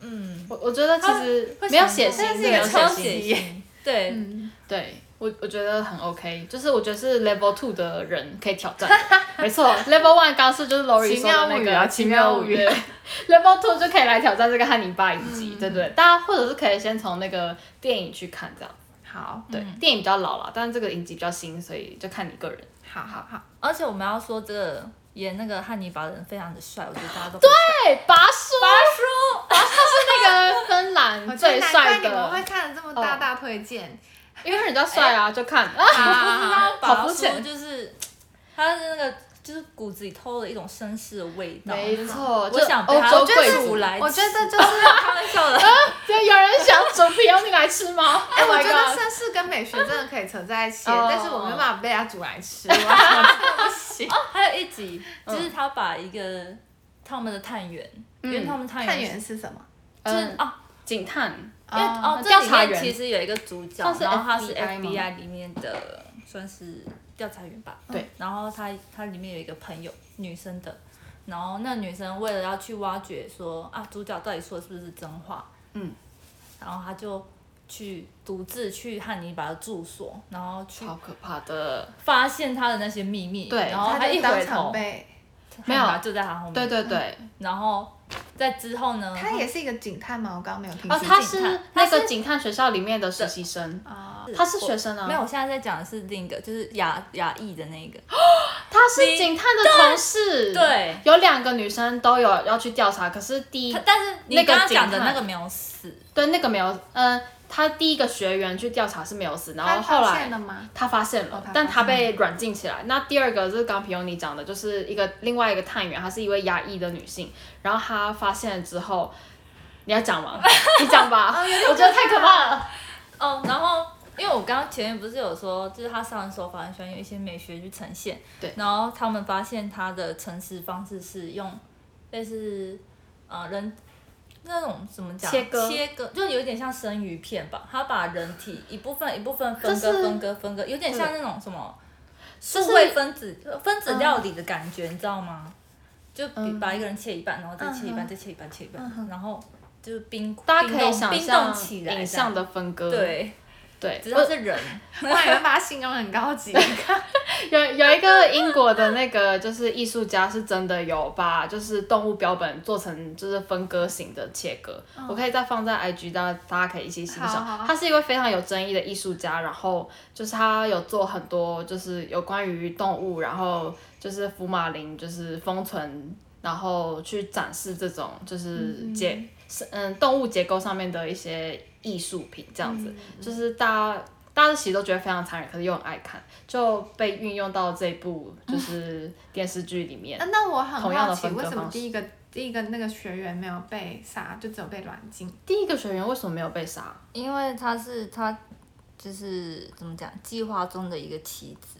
[SPEAKER 3] 嗯，
[SPEAKER 2] 我我觉得其实
[SPEAKER 3] 会
[SPEAKER 2] 没有
[SPEAKER 3] 想
[SPEAKER 2] 血
[SPEAKER 3] 到
[SPEAKER 2] 腥，
[SPEAKER 1] 但是
[SPEAKER 2] 没
[SPEAKER 1] 也
[SPEAKER 2] 有血
[SPEAKER 1] 超
[SPEAKER 2] 腥
[SPEAKER 1] 级，
[SPEAKER 3] 写信，对，
[SPEAKER 1] 嗯，
[SPEAKER 2] 对我我觉得很 OK，就是我觉得是 Level Two 的人可以挑战的， [laughs] 没错，Level One 刚是就是 Lori
[SPEAKER 1] 奇
[SPEAKER 2] 说
[SPEAKER 1] 妙
[SPEAKER 2] 的那
[SPEAKER 1] 物
[SPEAKER 2] 个
[SPEAKER 1] 语啊
[SPEAKER 2] 奇
[SPEAKER 1] 奇
[SPEAKER 2] 妙
[SPEAKER 1] 妙
[SPEAKER 2] 物
[SPEAKER 1] 物
[SPEAKER 2] 语
[SPEAKER 1] 语
[SPEAKER 2] 对 [laughs] ，Level Two 就可以来挑战这个汉尼拔影
[SPEAKER 1] 嗯
[SPEAKER 2] 集，对不对？大家或者是可以先从那个电影去看这样，
[SPEAKER 1] 好，
[SPEAKER 2] 对，电影比较老了，但是这个影集比较新，所以就看你个人。
[SPEAKER 1] 好好好，
[SPEAKER 3] 而且我们要说这个演那个汉尼拔的人非常的帅，我觉得大家都对
[SPEAKER 2] 对，哎拔叔，拔叔，拔叔是那个芬
[SPEAKER 1] [laughs] 我
[SPEAKER 2] 兰
[SPEAKER 1] 觉得
[SPEAKER 2] 最
[SPEAKER 1] 难怪
[SPEAKER 2] 帅
[SPEAKER 1] 你们会哎
[SPEAKER 2] 的，哦
[SPEAKER 1] 看得这么大大推荐。
[SPEAKER 2] 因为人家帅啊，就看啊，
[SPEAKER 3] 不知
[SPEAKER 2] [laughs]
[SPEAKER 3] 道
[SPEAKER 2] 好
[SPEAKER 3] 拔
[SPEAKER 2] 肤
[SPEAKER 3] 叔
[SPEAKER 2] 浅
[SPEAKER 3] 就是他的那个就是骨子里透了一种绅士的味道，
[SPEAKER 2] 没错，
[SPEAKER 3] 我
[SPEAKER 2] 就
[SPEAKER 3] 想
[SPEAKER 2] 欧
[SPEAKER 3] 被他
[SPEAKER 2] 洲
[SPEAKER 3] 就
[SPEAKER 2] 贵
[SPEAKER 3] 煮
[SPEAKER 2] 族
[SPEAKER 3] 来吃
[SPEAKER 1] 我觉得就是，
[SPEAKER 3] [laughs] 开玩笑的，
[SPEAKER 2] 对，有人想整皮要你来吃吗？
[SPEAKER 1] 哎，
[SPEAKER 2] Oh
[SPEAKER 1] 我
[SPEAKER 2] my
[SPEAKER 1] 觉得
[SPEAKER 2] god
[SPEAKER 1] 绅士跟美学真的可以扯在一起，
[SPEAKER 2] [laughs] 哦
[SPEAKER 1] 但是我没办法被他煮来吃，我
[SPEAKER 2] [laughs]
[SPEAKER 1] 真的不行。
[SPEAKER 3] 哦还有一集就是他把一个他们的探员，因为他们探
[SPEAKER 1] 探
[SPEAKER 3] 员
[SPEAKER 1] 员是什么？
[SPEAKER 3] 就
[SPEAKER 2] 嗯
[SPEAKER 3] 是啊，
[SPEAKER 2] 警探，
[SPEAKER 3] 因为哦
[SPEAKER 1] 哦，
[SPEAKER 3] 这里
[SPEAKER 2] 调查
[SPEAKER 3] 面
[SPEAKER 2] 员
[SPEAKER 3] 其实有一个主角
[SPEAKER 2] 他，是
[SPEAKER 3] 然后他是
[SPEAKER 2] FBI 吗
[SPEAKER 3] FBI 里面的算是调查员吧，
[SPEAKER 2] 对，
[SPEAKER 3] 然后他他里面有一个朋友，女生的，然后那女生为了要去挖掘说啊主角到底说的是不是真话，
[SPEAKER 2] 嗯，
[SPEAKER 3] 然后他就去独自去汉尼拔的住所，然后去
[SPEAKER 2] 超可怕的。
[SPEAKER 3] 发现他的那些秘密，
[SPEAKER 2] 对
[SPEAKER 3] 然后
[SPEAKER 1] 他
[SPEAKER 3] 一
[SPEAKER 1] 就
[SPEAKER 3] 回
[SPEAKER 1] 当
[SPEAKER 3] 头
[SPEAKER 1] 场，被，
[SPEAKER 3] 汉尼拔就在他后面，
[SPEAKER 2] 对对对，
[SPEAKER 3] 然后在之后呢，
[SPEAKER 1] 他也是一个警探吗？我刚刚没有听
[SPEAKER 2] 哦，
[SPEAKER 1] 清
[SPEAKER 2] 他
[SPEAKER 1] 楚。
[SPEAKER 2] 是
[SPEAKER 3] 警探
[SPEAKER 2] 那
[SPEAKER 3] 他
[SPEAKER 2] 个
[SPEAKER 3] 是
[SPEAKER 2] 警探学校里面的实习生，
[SPEAKER 1] 啊，
[SPEAKER 2] 他是学生啊，
[SPEAKER 3] 没有，，我现在在讲的是另一个，就是亚亚裔的那个，
[SPEAKER 2] 他是警探的同事。
[SPEAKER 3] 对，
[SPEAKER 2] 有两个女生都有要去调查，可是第一
[SPEAKER 3] 他，但是你
[SPEAKER 2] 那个
[SPEAKER 3] 刚刚讲的
[SPEAKER 2] 警
[SPEAKER 3] 那
[SPEAKER 2] 探
[SPEAKER 3] 个没有死，
[SPEAKER 2] 对那个没有，嗯，他第一个学员去调查是没有死，然后
[SPEAKER 1] 他
[SPEAKER 2] 后
[SPEAKER 1] 发
[SPEAKER 2] 来
[SPEAKER 1] 现了
[SPEAKER 2] [laughs]
[SPEAKER 1] 吗？
[SPEAKER 2] 他发现了，
[SPEAKER 1] 哦他发现
[SPEAKER 2] 但他被软禁起来。那第二个就是刚刚皮尤你讲的，就是一个另外一个探员，她是一位亚裔的女性，然后她发现了之后，你要讲
[SPEAKER 3] [laughs]
[SPEAKER 2] 吗？你讲吧，我觉得太可怕了。
[SPEAKER 3] 哦，然后因为我刚刚前面不是有说，就是他杀人手法很喜欢用一些美学去呈现，
[SPEAKER 2] 对
[SPEAKER 3] 然后他们发现他的诚实方式是用类似呃人那种怎么讲
[SPEAKER 2] 切割
[SPEAKER 3] 切割就有点像生鱼片吧，他把人体一部分一部分分
[SPEAKER 2] 这
[SPEAKER 3] 割
[SPEAKER 2] 是
[SPEAKER 3] 分割分割，有点像那种什么
[SPEAKER 2] 这
[SPEAKER 3] 数
[SPEAKER 2] 是嗯
[SPEAKER 3] 位分子分子料理的感觉，你知道吗？就比把一个人切一半，然后再切一半，
[SPEAKER 1] 嗯哼
[SPEAKER 3] 再切一半，切一
[SPEAKER 1] 嗯
[SPEAKER 3] 半，
[SPEAKER 1] 哼
[SPEAKER 3] 然后就是冰，
[SPEAKER 2] 大家
[SPEAKER 3] 冰
[SPEAKER 2] 可以
[SPEAKER 3] 冻
[SPEAKER 2] 想
[SPEAKER 3] 冰冻
[SPEAKER 2] 象
[SPEAKER 3] 起来这
[SPEAKER 2] 影
[SPEAKER 3] 样
[SPEAKER 2] 像的分割，
[SPEAKER 3] 对，
[SPEAKER 2] 对，
[SPEAKER 3] 只要是人，
[SPEAKER 1] [laughs] 我以为把他形容得很高级，
[SPEAKER 2] [laughs] 有有一个英国的那个就是艺术家是真的有把就是动物标本做成就是分割型的切割，我可以再放在 IG，大家大家可以一起
[SPEAKER 1] 嗯
[SPEAKER 2] 欣
[SPEAKER 1] 好好
[SPEAKER 2] 赏。
[SPEAKER 1] 好
[SPEAKER 2] 他是一位非常有争议的艺术家，然后就是他有做很多就是有关于动物，然后就是福马林就是封存，然后去展示这种
[SPEAKER 1] 嗯
[SPEAKER 2] 就是结是嗯动物结构上面的一些艺术品这样
[SPEAKER 1] 嗯
[SPEAKER 2] 子，就是大家大家其实都觉得非常残忍，可是又很爱看，就被运用到这部就是电视剧里面。
[SPEAKER 1] 啊，那我很
[SPEAKER 2] 同样
[SPEAKER 1] 好
[SPEAKER 2] 的
[SPEAKER 1] 奇，
[SPEAKER 2] 分割
[SPEAKER 1] 为什么
[SPEAKER 2] 方式
[SPEAKER 1] 第一个第一个那个学员没有被杀，就只有被软禁？
[SPEAKER 2] 第一个学员为什么没有被杀？
[SPEAKER 3] [laughs] 因为他是他就是怎么讲，计划中的一个棋子，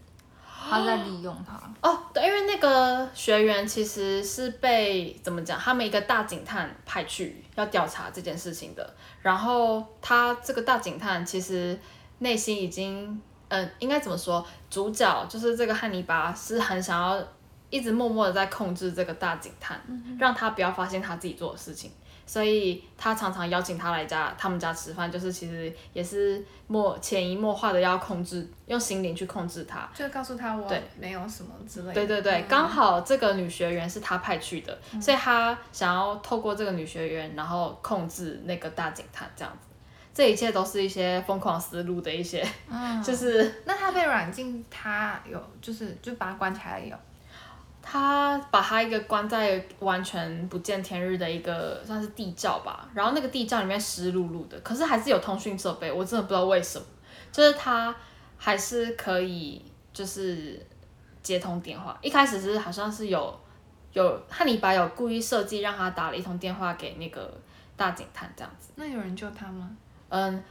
[SPEAKER 3] 他在利用他。
[SPEAKER 2] 哦，对，因为那个学员其实是被怎么讲，他们一个大警探派去要调查这件事情的。然后他这个大警探其实内心已经，嗯，应该怎么说？主角就是这个汉尼拔是很想要一直默默的在控制这个大警探，让他不要发现他自己做的事情。所以他常常邀请他来家他们家吃饭，就是其实也是默潜移默化的要控制，用心灵去控制他。
[SPEAKER 1] 就告诉他我
[SPEAKER 2] 对
[SPEAKER 1] 没有什么之类的。嗯
[SPEAKER 2] 对对对，刚好这个女学员是他派去的，所以他想要透过这个女学员，然后控制那个大警探这样子。这一切都是一些疯狂思路的一些，
[SPEAKER 1] 嗯
[SPEAKER 2] [laughs] 就是
[SPEAKER 1] 那他被软禁，他有就是就把他关起来了有。哦
[SPEAKER 2] 他把他一个关在完全不见天日的一个算是地窖吧，然后那个地窖里面湿漉漉的，可是还是有通讯设备，我真的不知道为什么，就是他还是可以就是接通电话。一开始是好像是有有汉尼拔有故意设计让他打了一通电话给那个大警探这样子，
[SPEAKER 1] 那有人救他吗？
[SPEAKER 2] 嗯，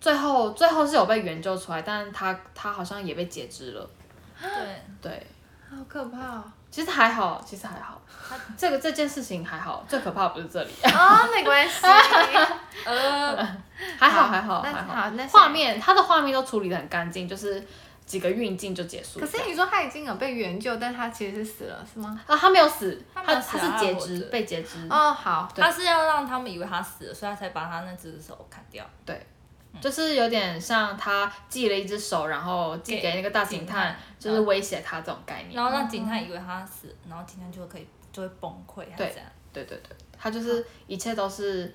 [SPEAKER 2] 最后最后是有被援救出来，但是他他好像也被截肢了，
[SPEAKER 3] [gasps] 对，
[SPEAKER 2] 对。
[SPEAKER 1] 好可怕哦！
[SPEAKER 2] 其实还好，其实还好，这个这件事情还好，最可怕的不是这里，
[SPEAKER 1] [laughs] 哦，没关系。
[SPEAKER 3] 呃，
[SPEAKER 2] [laughs] 还好还好
[SPEAKER 1] 那
[SPEAKER 2] 还
[SPEAKER 1] 好那
[SPEAKER 2] 画面它的画面都处理的很干净，就是几个运镜就结束
[SPEAKER 1] 可
[SPEAKER 2] 了。
[SPEAKER 1] 是你说他已经有被援救，但他其实是死了，是吗？
[SPEAKER 2] 啊，他没有死，
[SPEAKER 3] 他
[SPEAKER 2] 他
[SPEAKER 3] 没有死
[SPEAKER 2] 是
[SPEAKER 3] 他
[SPEAKER 2] 截
[SPEAKER 3] 还活
[SPEAKER 2] 肢
[SPEAKER 3] 着，
[SPEAKER 2] 被截肢，
[SPEAKER 1] 哦，好，
[SPEAKER 2] 对
[SPEAKER 3] 他是要让他们以为他死了，所以他才把他那只手砍掉。
[SPEAKER 2] 就是有点像他寄了一只手，然后寄给那个大警探，就是威胁他这种概念。
[SPEAKER 3] 然后让警探以为他死了，然后警探就可以就会崩溃，还是
[SPEAKER 2] 对
[SPEAKER 3] 这样？
[SPEAKER 2] 对对对，他就是一切都是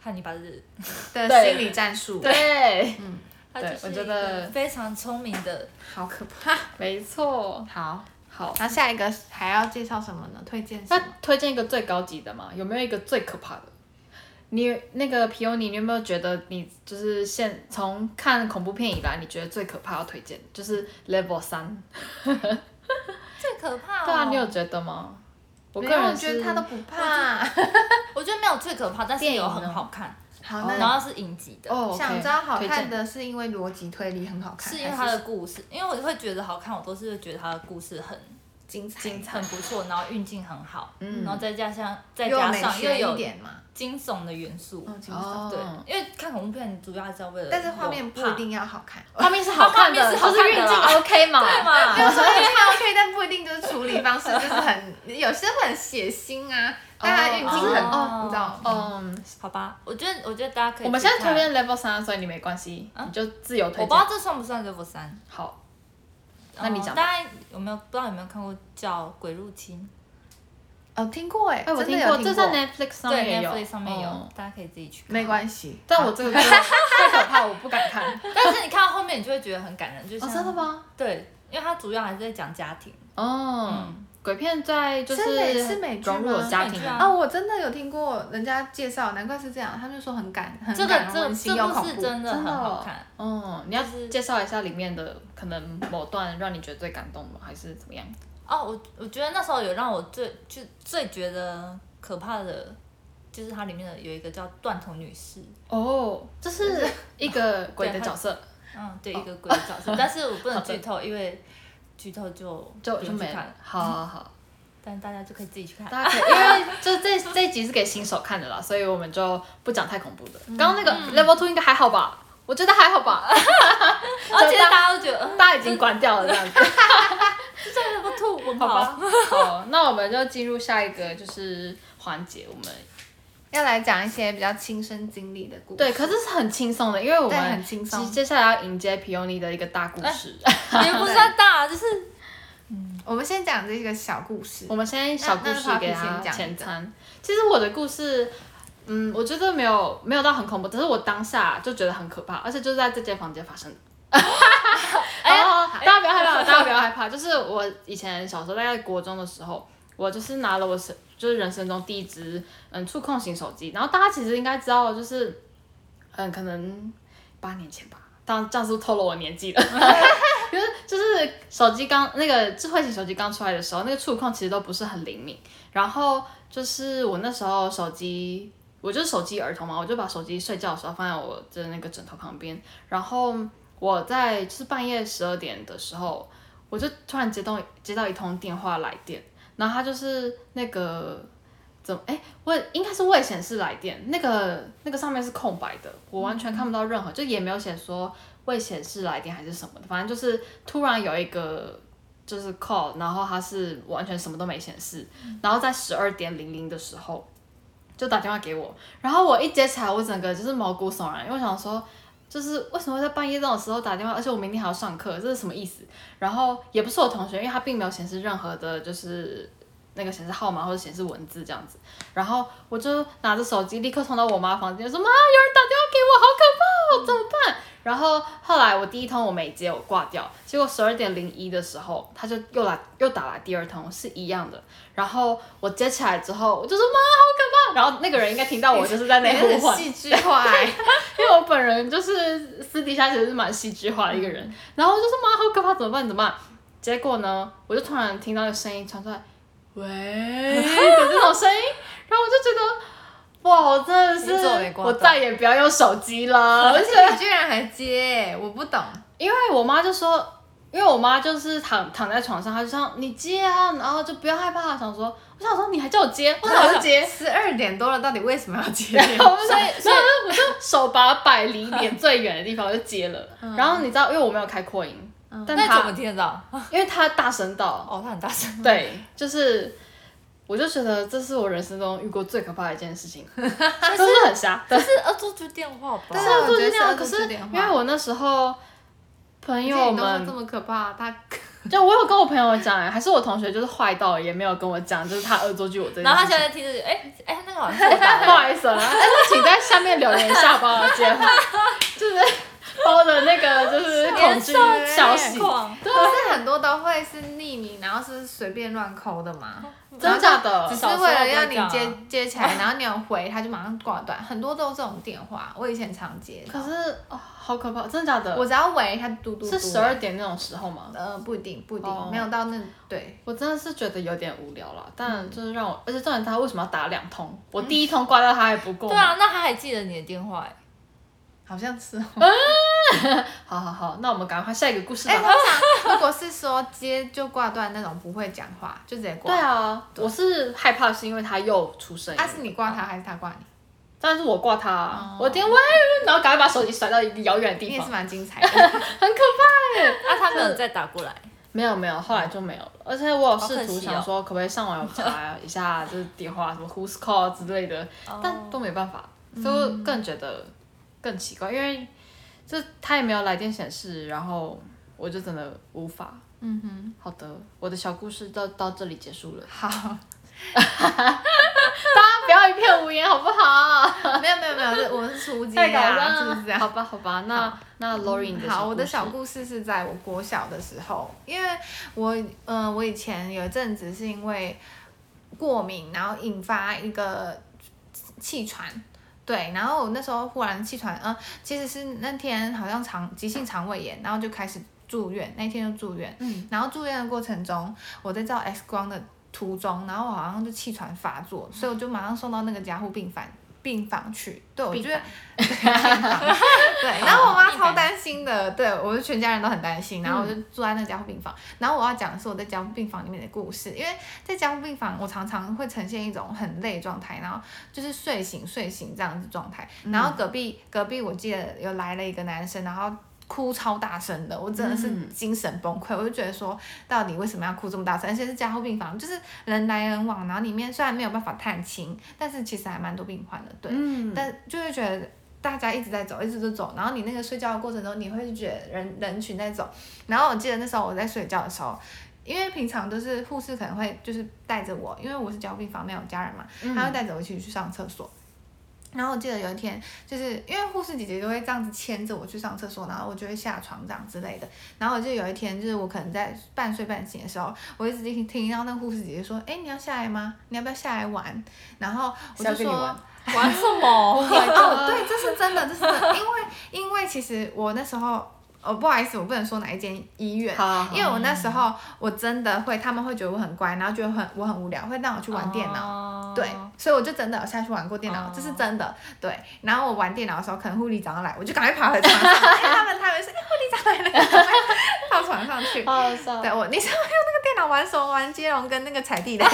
[SPEAKER 3] 汉尼拔是，
[SPEAKER 1] 的
[SPEAKER 2] 对
[SPEAKER 1] 心理战术，
[SPEAKER 2] 对，
[SPEAKER 3] 他
[SPEAKER 2] 对
[SPEAKER 3] 就是
[SPEAKER 2] 我觉
[SPEAKER 3] 一个
[SPEAKER 2] 得
[SPEAKER 3] 非常聪明的。
[SPEAKER 1] 好可怕。
[SPEAKER 2] 没错。
[SPEAKER 1] 好，
[SPEAKER 2] 好，
[SPEAKER 1] 那下一个还要介绍什么呢？推荐什
[SPEAKER 2] 那
[SPEAKER 1] 么？
[SPEAKER 2] 推荐一个最高级的嘛？有没有一个最可怕的？你那个皮尤尼，你有没有觉得你就是现从看恐怖片以来，你觉得最可怕要推荐就是 Level 三？
[SPEAKER 3] [laughs] 最可怕、哦。
[SPEAKER 2] 对啊，你有觉得吗？我个
[SPEAKER 1] 没有
[SPEAKER 2] 人
[SPEAKER 1] 觉得
[SPEAKER 2] 是
[SPEAKER 1] 他都不怕。
[SPEAKER 3] 我觉得没有最可怕，但是
[SPEAKER 2] 电影
[SPEAKER 3] 有
[SPEAKER 2] 呢
[SPEAKER 3] 很好看，
[SPEAKER 1] [laughs] 好，那
[SPEAKER 3] 哦然后是影集的，
[SPEAKER 2] 哦，OK，
[SPEAKER 1] 想知道好
[SPEAKER 2] 推
[SPEAKER 1] 看 [laughs]
[SPEAKER 2] 荐
[SPEAKER 1] 的是因为逻辑推理很好看，
[SPEAKER 3] 是因为
[SPEAKER 1] 还
[SPEAKER 3] 他的故事，因为我会觉得好看，我都是觉得他的故事很
[SPEAKER 1] 精彩，
[SPEAKER 3] 精很不错，然后运镜很好，
[SPEAKER 2] 嗯
[SPEAKER 3] 然后再加上再
[SPEAKER 1] 又
[SPEAKER 3] 加
[SPEAKER 1] 美
[SPEAKER 3] 上又
[SPEAKER 1] 学一
[SPEAKER 3] 有
[SPEAKER 1] 点嘛，
[SPEAKER 3] 惊悚的元素，
[SPEAKER 1] 嗯，精彩。
[SPEAKER 2] 哦，
[SPEAKER 3] 对，因为看恐怖片主要还是要为了有怕，
[SPEAKER 1] 但是画面不一定要好看， [laughs]
[SPEAKER 2] 画面是好看
[SPEAKER 3] 画面
[SPEAKER 2] 的，
[SPEAKER 3] 是好
[SPEAKER 2] 就是
[SPEAKER 3] 看
[SPEAKER 2] 运
[SPEAKER 3] 的啦
[SPEAKER 2] 镜 OK 嘛？
[SPEAKER 3] 对嘛？
[SPEAKER 1] 就是它 OK，但不一定就是处理方式就是很，有些会很血腥啊，但它运镜很，
[SPEAKER 3] 哦
[SPEAKER 1] 你知道吗？
[SPEAKER 2] 嗯，
[SPEAKER 3] 好吧，我觉得我觉得大家可以。
[SPEAKER 2] 我们现在推，荐 Level 三，所以你没关系，你就自由
[SPEAKER 3] 我
[SPEAKER 2] 推
[SPEAKER 3] 不
[SPEAKER 2] 荐
[SPEAKER 3] 知道。这算不算 level 三。
[SPEAKER 2] 好，那你
[SPEAKER 3] 嗯
[SPEAKER 2] 讲吧。
[SPEAKER 3] 大家有没有不知道有没有看过叫《鬼入侵
[SPEAKER 1] 哦，听过哎，
[SPEAKER 2] 哎，我
[SPEAKER 1] 真的
[SPEAKER 2] 听
[SPEAKER 1] 有
[SPEAKER 2] 过，这在 Netflix》？上
[SPEAKER 3] 对
[SPEAKER 2] 面也有
[SPEAKER 3] ，Netflix 上面有
[SPEAKER 2] 哦，
[SPEAKER 3] 大家可以自己去看。
[SPEAKER 1] 没关系，
[SPEAKER 2] 但我这 [laughs] 个真的太可怕，我不敢看。
[SPEAKER 3] 但是你看到后面，你就会觉得很感人，就像、
[SPEAKER 2] 哦，真的？吗？
[SPEAKER 3] 对，因为它主要还是在讲家庭。
[SPEAKER 2] 哦，鬼片在就是
[SPEAKER 1] 美是美剧吗
[SPEAKER 2] 融入我家庭
[SPEAKER 3] 嗯美剧啊
[SPEAKER 1] 啊，我真的有听过人家介绍，难怪是这样，他们就说很感很
[SPEAKER 3] 这个
[SPEAKER 1] 感人
[SPEAKER 3] 这
[SPEAKER 1] 温馨
[SPEAKER 3] 这
[SPEAKER 1] 又
[SPEAKER 3] 部
[SPEAKER 1] 恐
[SPEAKER 3] 是
[SPEAKER 1] 怖，
[SPEAKER 3] 真的
[SPEAKER 2] 真
[SPEAKER 3] 很
[SPEAKER 2] 的
[SPEAKER 3] 好
[SPEAKER 2] 哦
[SPEAKER 3] 看。
[SPEAKER 2] 哦，你要
[SPEAKER 3] 就是
[SPEAKER 2] 介绍一下里面的可能某段让你觉得最感动吗？还是怎么样？
[SPEAKER 3] 哦，我我觉得那时候有让我最就最觉得可怕的，就是它里面的有一个叫断头女士，
[SPEAKER 2] 哦，这是一个鬼的角色，
[SPEAKER 3] 嗯，
[SPEAKER 2] 哦
[SPEAKER 3] 对，一个鬼的角色，但是我不能剧透，因为剧透就
[SPEAKER 2] 就
[SPEAKER 3] 不
[SPEAKER 2] 就
[SPEAKER 3] 用去
[SPEAKER 2] 没
[SPEAKER 3] 看
[SPEAKER 2] 了。好好
[SPEAKER 3] [laughs]
[SPEAKER 2] 好，
[SPEAKER 3] 但大家就可以自己去看。
[SPEAKER 2] 大家可以，因为就这这一集是给新手看的啦，所以我们就不讲太恐怖的。
[SPEAKER 3] 嗯
[SPEAKER 2] 刚刚那个 Level Two 应该还好吧？我觉得还好吧，
[SPEAKER 3] [laughs] 而且大家都觉得，嗯
[SPEAKER 2] 大家已经关掉了这样子。
[SPEAKER 3] 这这个吐文
[SPEAKER 2] 好吧
[SPEAKER 3] 豪，
[SPEAKER 2] 好，那我们就进入下一个就是环节，我们
[SPEAKER 1] 要来讲一些比较亲身经历的故事。
[SPEAKER 2] 对，可是是很轻松的，因为我
[SPEAKER 1] 对
[SPEAKER 2] 们
[SPEAKER 1] 很轻
[SPEAKER 2] 接
[SPEAKER 1] 松。哎
[SPEAKER 2] 接下来要迎接皮尤尼的一个大故事。
[SPEAKER 3] 也不算大，就是
[SPEAKER 1] 我们先讲这个小故事
[SPEAKER 2] [laughs] 我。们先小故事给
[SPEAKER 1] 那那
[SPEAKER 2] 他
[SPEAKER 1] Poppy 先讲
[SPEAKER 2] 前餐。其实我的故事，嗯，我觉得没有没有到很恐怖，只是我当下就觉得很可怕，而且就是在这间房间
[SPEAKER 1] [laughs]
[SPEAKER 2] 发生的。哎呀，大家不要害怕，大家不要害怕。就是我以前小时候，大概国中的时候，我就是拿了我是就是人生中第一支嗯触控型手机，然后大家其实应该知道，就是嗯可能八年前吧，当这样是不是透露我年纪了。就是就是手机刚那个智慧型手机刚出来的时候，那个触控其实都不是很灵敏。然后就是我那时候手机，我就是手机儿童嘛，我就把手机睡觉的时候放在我的那个枕头旁边。然后我在就是半夜十二点的时候，我就突然接到接到一通电话来电，然后他就是那个。怎么？哎，我应该是未显示来电，那个那个上面是空白的，我完全看不到任何，就也没有写说未显示来电还是什么的，反正就是突然有一个就是 call，然后它是完全什么都没显示，然后在十二点零零的时候就打电话给我，然后我一接起来，我整个就是毛骨悚然，因为我想说。就是为什么会在半夜这种时候打电话，而且我明天还要上课，这是什么意思？然后也不是我同学，因为他并没有显示任何的，就是那个显示号码或者显示文字这样子。然后我就拿着手机立刻冲到我妈房间，说妈，有人打电话给我，好可怕哦，怎么办？然后后来我第一通我没接，我挂掉。结果十二点零一的时候，他就又来又打来第二通，是一样的。然后我接起来之后，我就说妈，好可怕。然后那个人应该听到我就是在那
[SPEAKER 1] 你
[SPEAKER 2] 呼
[SPEAKER 1] 哎很
[SPEAKER 2] 唤，
[SPEAKER 1] 戏剧化欸，
[SPEAKER 2] [laughs] 因为我本人就是私底下其实是蛮戏剧化的一个人，然后我就说妈好可怕，怎么办怎么办？结果呢，我就突然听到一个声音传出来，喂的这种声音，然后我就觉得，哇，我真的
[SPEAKER 3] 你皱眉
[SPEAKER 2] 是，
[SPEAKER 3] 挂
[SPEAKER 2] 我
[SPEAKER 3] 蛋
[SPEAKER 2] 再也不要用手
[SPEAKER 1] [laughs]
[SPEAKER 2] 机了，
[SPEAKER 1] 而且你居然还接，我不懂。
[SPEAKER 2] 因为我妈就说，因为我妈就是躺躺在床上，她就说你接啊，然后就不要害怕，啊想说，我想说你还叫我接，
[SPEAKER 1] [laughs]
[SPEAKER 2] 我想说接，
[SPEAKER 1] 十二点多了，到底为什么要接？
[SPEAKER 2] 然后所以所以我就手把摆离脸最远的地方我就接了。然后你知道，因为我没有开扩音，但
[SPEAKER 3] 那怎
[SPEAKER 2] 他
[SPEAKER 3] 么听得到？
[SPEAKER 2] 因为他大
[SPEAKER 1] [laughs]
[SPEAKER 2] 声到，
[SPEAKER 3] 哦，他很大声。
[SPEAKER 2] 对，就是。我就觉得这是我人生中遇过最可怕的一件事
[SPEAKER 1] [laughs]
[SPEAKER 2] 情，是不是很瞎？对，
[SPEAKER 3] 可是恶作剧电话吧
[SPEAKER 1] 对？
[SPEAKER 2] 是恶
[SPEAKER 1] 我
[SPEAKER 2] 作
[SPEAKER 1] 觉得
[SPEAKER 2] 剧电
[SPEAKER 1] 是
[SPEAKER 2] 话。
[SPEAKER 1] 恶
[SPEAKER 2] 可
[SPEAKER 1] 作
[SPEAKER 2] 是
[SPEAKER 1] 剧电话
[SPEAKER 2] 因为我那时候朋
[SPEAKER 1] 因
[SPEAKER 2] 友
[SPEAKER 1] 你都说
[SPEAKER 2] 们
[SPEAKER 1] 这么可怕，他
[SPEAKER 2] 就我有跟我朋友讲、欸，还是我同学就是坏到了也没有跟我讲，就是他恶作剧我这件
[SPEAKER 3] 然后他
[SPEAKER 2] 事
[SPEAKER 3] 现
[SPEAKER 2] 情。
[SPEAKER 3] 在听着就，哎哎，那个好像是我打
[SPEAKER 2] 不 [laughs]
[SPEAKER 3] 的。
[SPEAKER 2] 好意思啊，但是请在下面留言一下帮我接话，就是把我的那个就是恐惧
[SPEAKER 1] 欸
[SPEAKER 2] 哎消息。 [laughs]
[SPEAKER 3] 狂，
[SPEAKER 1] 可是很多都会是匿名，然后是随便乱抠的嘛，
[SPEAKER 2] 真的假的
[SPEAKER 1] 然后就只是
[SPEAKER 3] 小时候
[SPEAKER 1] 为了要
[SPEAKER 3] 都
[SPEAKER 1] 你
[SPEAKER 3] 这样
[SPEAKER 1] 接
[SPEAKER 3] 啊
[SPEAKER 1] 接起来，然后你有回，他就马上挂断，很多都是这种电话，我以前常接到。
[SPEAKER 2] 可是哦，好可怕，真的假的？
[SPEAKER 1] 我只要喂，它嘟嘟嘟。
[SPEAKER 2] 是十二点那种时候吗？
[SPEAKER 1] 呃，不一定，不一定，
[SPEAKER 2] 哦
[SPEAKER 1] 没有到那对。
[SPEAKER 2] 我真的是觉得有点无聊了，但就是让我，而且重点他为什么要打两通？我第一通挂掉他还不够。
[SPEAKER 3] 对，啊，那他还记得你的电话哎。
[SPEAKER 1] 好像
[SPEAKER 2] [laughs]
[SPEAKER 1] 是、哦。
[SPEAKER 2] 好好好，那我们赶快下一个故事
[SPEAKER 1] 哎、
[SPEAKER 2] 吧。
[SPEAKER 1] 我想，如果是说接就挂断那种不会讲话，就直接挂。
[SPEAKER 2] 对。啊，我是害怕是因为他又出声音了，
[SPEAKER 1] 啊，是你挂他还是他挂你？
[SPEAKER 2] 但是我挂他啊，我点喂，然后赶快把手机甩到一个遥远的
[SPEAKER 1] 你
[SPEAKER 2] 地
[SPEAKER 1] 也是
[SPEAKER 2] 方，
[SPEAKER 1] 蛮精彩的。
[SPEAKER 2] 很可怕。
[SPEAKER 3] 啊，他没有再打过来。
[SPEAKER 2] 没有没有，后来就没有了。而且我有
[SPEAKER 3] 好
[SPEAKER 2] 试
[SPEAKER 3] 可
[SPEAKER 2] 图
[SPEAKER 3] 惜
[SPEAKER 2] 想
[SPEAKER 3] 哦
[SPEAKER 2] 说，可不可以上网有查一下，就是电话什么 Who's Call 之类的，但都没办法，所以我更觉得更奇怪，因为就他也没有来电显示，然后我就真的无法。
[SPEAKER 1] 嗯哼，
[SPEAKER 2] 好的，我的小故事到到这里结束了，
[SPEAKER 1] 好，
[SPEAKER 2] 大家不要一片无言好不好？
[SPEAKER 1] 没有没有没有，这我们是初阶
[SPEAKER 2] 太搞笑
[SPEAKER 1] 啊，
[SPEAKER 2] 了，
[SPEAKER 1] 是不是啊？
[SPEAKER 2] 好吧好吧，那那 Lori 你的
[SPEAKER 1] 嗯好，我的小
[SPEAKER 2] 故事
[SPEAKER 1] 故事是在我国小的时候，因为我呃，我以前有一阵子是因为过敏，然后引发一个气喘。对，然后我那时候忽然气喘，嗯、其实是那天好像肠急性肠胃炎，然后就开始住院，那天就住院。嗯。然后住院的过程中，我在照 X 光的途中，然后我好像就气喘发作，所以我就马上送到那个加护病房病房去。对，我
[SPEAKER 2] 病
[SPEAKER 1] 觉得病房 [laughs] 对，然后我妈
[SPEAKER 3] 病
[SPEAKER 1] 超
[SPEAKER 3] 房
[SPEAKER 1] 担心的，对我们全家人都很担嗯心，然后我就住在那个加护病房。然后我要讲的是我在加护病房里面的故事，因为在加护病房，我常常会呈现一种很累的状态，然后就是睡醒睡醒这样子状态。然后隔壁、隔壁，我记得有来了一个男生，然后哭超大声的，我真的是
[SPEAKER 2] 嗯
[SPEAKER 1] 精神崩溃。我就觉得说，到底为什么要哭这么大声？而且是加护病房，就是人来人往，然后里面虽然没有办法探亲，但是其实还蛮多病患的，对。
[SPEAKER 2] 嗯
[SPEAKER 1] 但就会觉得大家一直在走，一直都走，然后你那个睡觉的过程中，你会觉得人人群在走。然后我记得那时候我在睡觉的时候，因为平常都是护士可能会就是带着我，因为我是交病房没有家人嘛，
[SPEAKER 2] 嗯
[SPEAKER 1] 他会带着我一起去上厕所。然后我记得有一天，就是因为护士姐姐都会这样子牵着我去上厕所，然后我就会下床这样之类的。然后我记得有一天，就是我可能在半睡半醒的时候，我一直听听到那个护士姐姐说：“哎，你要下来吗？你要不要下来玩？”然后我
[SPEAKER 2] 是要
[SPEAKER 1] 就
[SPEAKER 2] 跟你
[SPEAKER 1] 说
[SPEAKER 2] 玩。
[SPEAKER 3] 玩什
[SPEAKER 2] [laughs]
[SPEAKER 3] 么？
[SPEAKER 1] 哦，对，这是真的，这是真的，因为因为其实我那时候，哦，不好意思，我不能说哪一间医院，
[SPEAKER 2] 好啊好啊
[SPEAKER 1] 因为我那时候我真的会，他们会觉得我很乖，然后觉得很我很无聊，会让我去玩电脑。
[SPEAKER 2] 哦
[SPEAKER 3] 脑
[SPEAKER 1] 对，所以我就真的有下去玩过电脑
[SPEAKER 3] 哦
[SPEAKER 1] 这是真的。对，然后我玩电脑的时候，可能护理长来，我就赶快爬回床
[SPEAKER 2] [laughs]
[SPEAKER 1] 上，哎他们他们是哎护理长来了，赶快到床上去。
[SPEAKER 2] 好好笑，
[SPEAKER 1] 对我，你是不是用那个电脑玩什么？玩接龙跟那个踩地雷？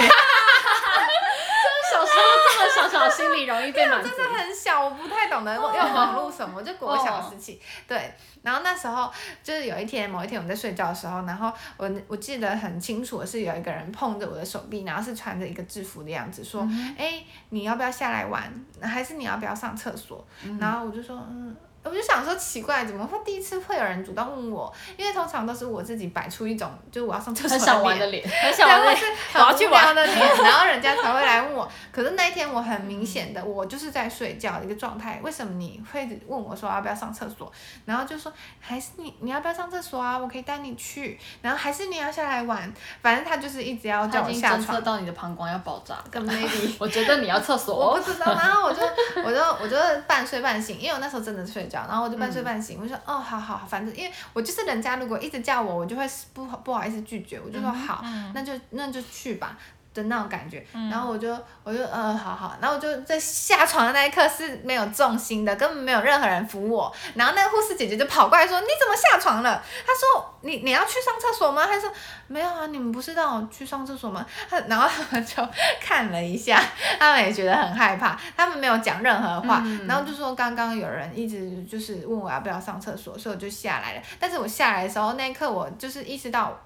[SPEAKER 2] [laughs] 小时候这么小小心里容易被满足
[SPEAKER 1] 真，的很小，我不太懂得用网络什么，就国小的事情。对，然后那时候就是有一天，某一天我在睡觉的时候，然后我我记得很清楚的是有一个人碰着我的手臂，然后是穿着一个制服的样子，说：“哎、你要不要下来玩？还是你要不要上厕所？”然后我就说：“嗯。”我就想说奇怪，怎么会第一次会有人主动问我？因为通常都是我自己摆出一种就是我要上厕所
[SPEAKER 2] 很
[SPEAKER 1] 的
[SPEAKER 2] 想玩
[SPEAKER 1] 脸
[SPEAKER 2] 的脸，
[SPEAKER 3] 很
[SPEAKER 1] 对，
[SPEAKER 3] 想
[SPEAKER 1] 或
[SPEAKER 3] 玩
[SPEAKER 1] 是
[SPEAKER 3] 我要去玩
[SPEAKER 1] 很无聊的脸， [laughs] 然后人家才会来问我。可是那一天我很明显的，我就是在睡觉的一个状态。为什么你会问我说要不要上厕所？然后就说还是你你要不要上厕所啊？我可以带你去。然后还是你要下来玩，反正他就是一直要
[SPEAKER 2] 他
[SPEAKER 1] 叫我
[SPEAKER 2] 已经
[SPEAKER 1] 下
[SPEAKER 2] 侦测
[SPEAKER 1] 床。
[SPEAKER 2] 到你的膀胱要爆炸了。
[SPEAKER 1] 跟 maybe
[SPEAKER 2] [laughs] 我觉得你要厕
[SPEAKER 1] 我
[SPEAKER 2] 所，
[SPEAKER 1] 不知道，然后我就 [laughs] 我就我就半睡半醒，因为我那时候真的睡觉，然后我就半睡半醒，我就说哦，好好，好反正因为我就是人家如果一直叫我，我就会不好不好意思拒绝，我就说好，那就那就去吧。的那种感觉，然后我就我就呃好好，然后我就在下床的那一刻是没有重心的，根本没有任何人扶我。然后那个护士姐姐就跑过来说：“你怎么下床了？”她说：“你你要去上厕所吗？”她说：“没有啊，你们不是让我去上厕所吗？”她然后他们就看了一下， [laughs] 他们也觉得很害怕，他们没有讲任何话，然后就说刚刚有人一直就是问我要不要上厕所，所以我就下来了。但是我下来的时候，那一刻我就是意识到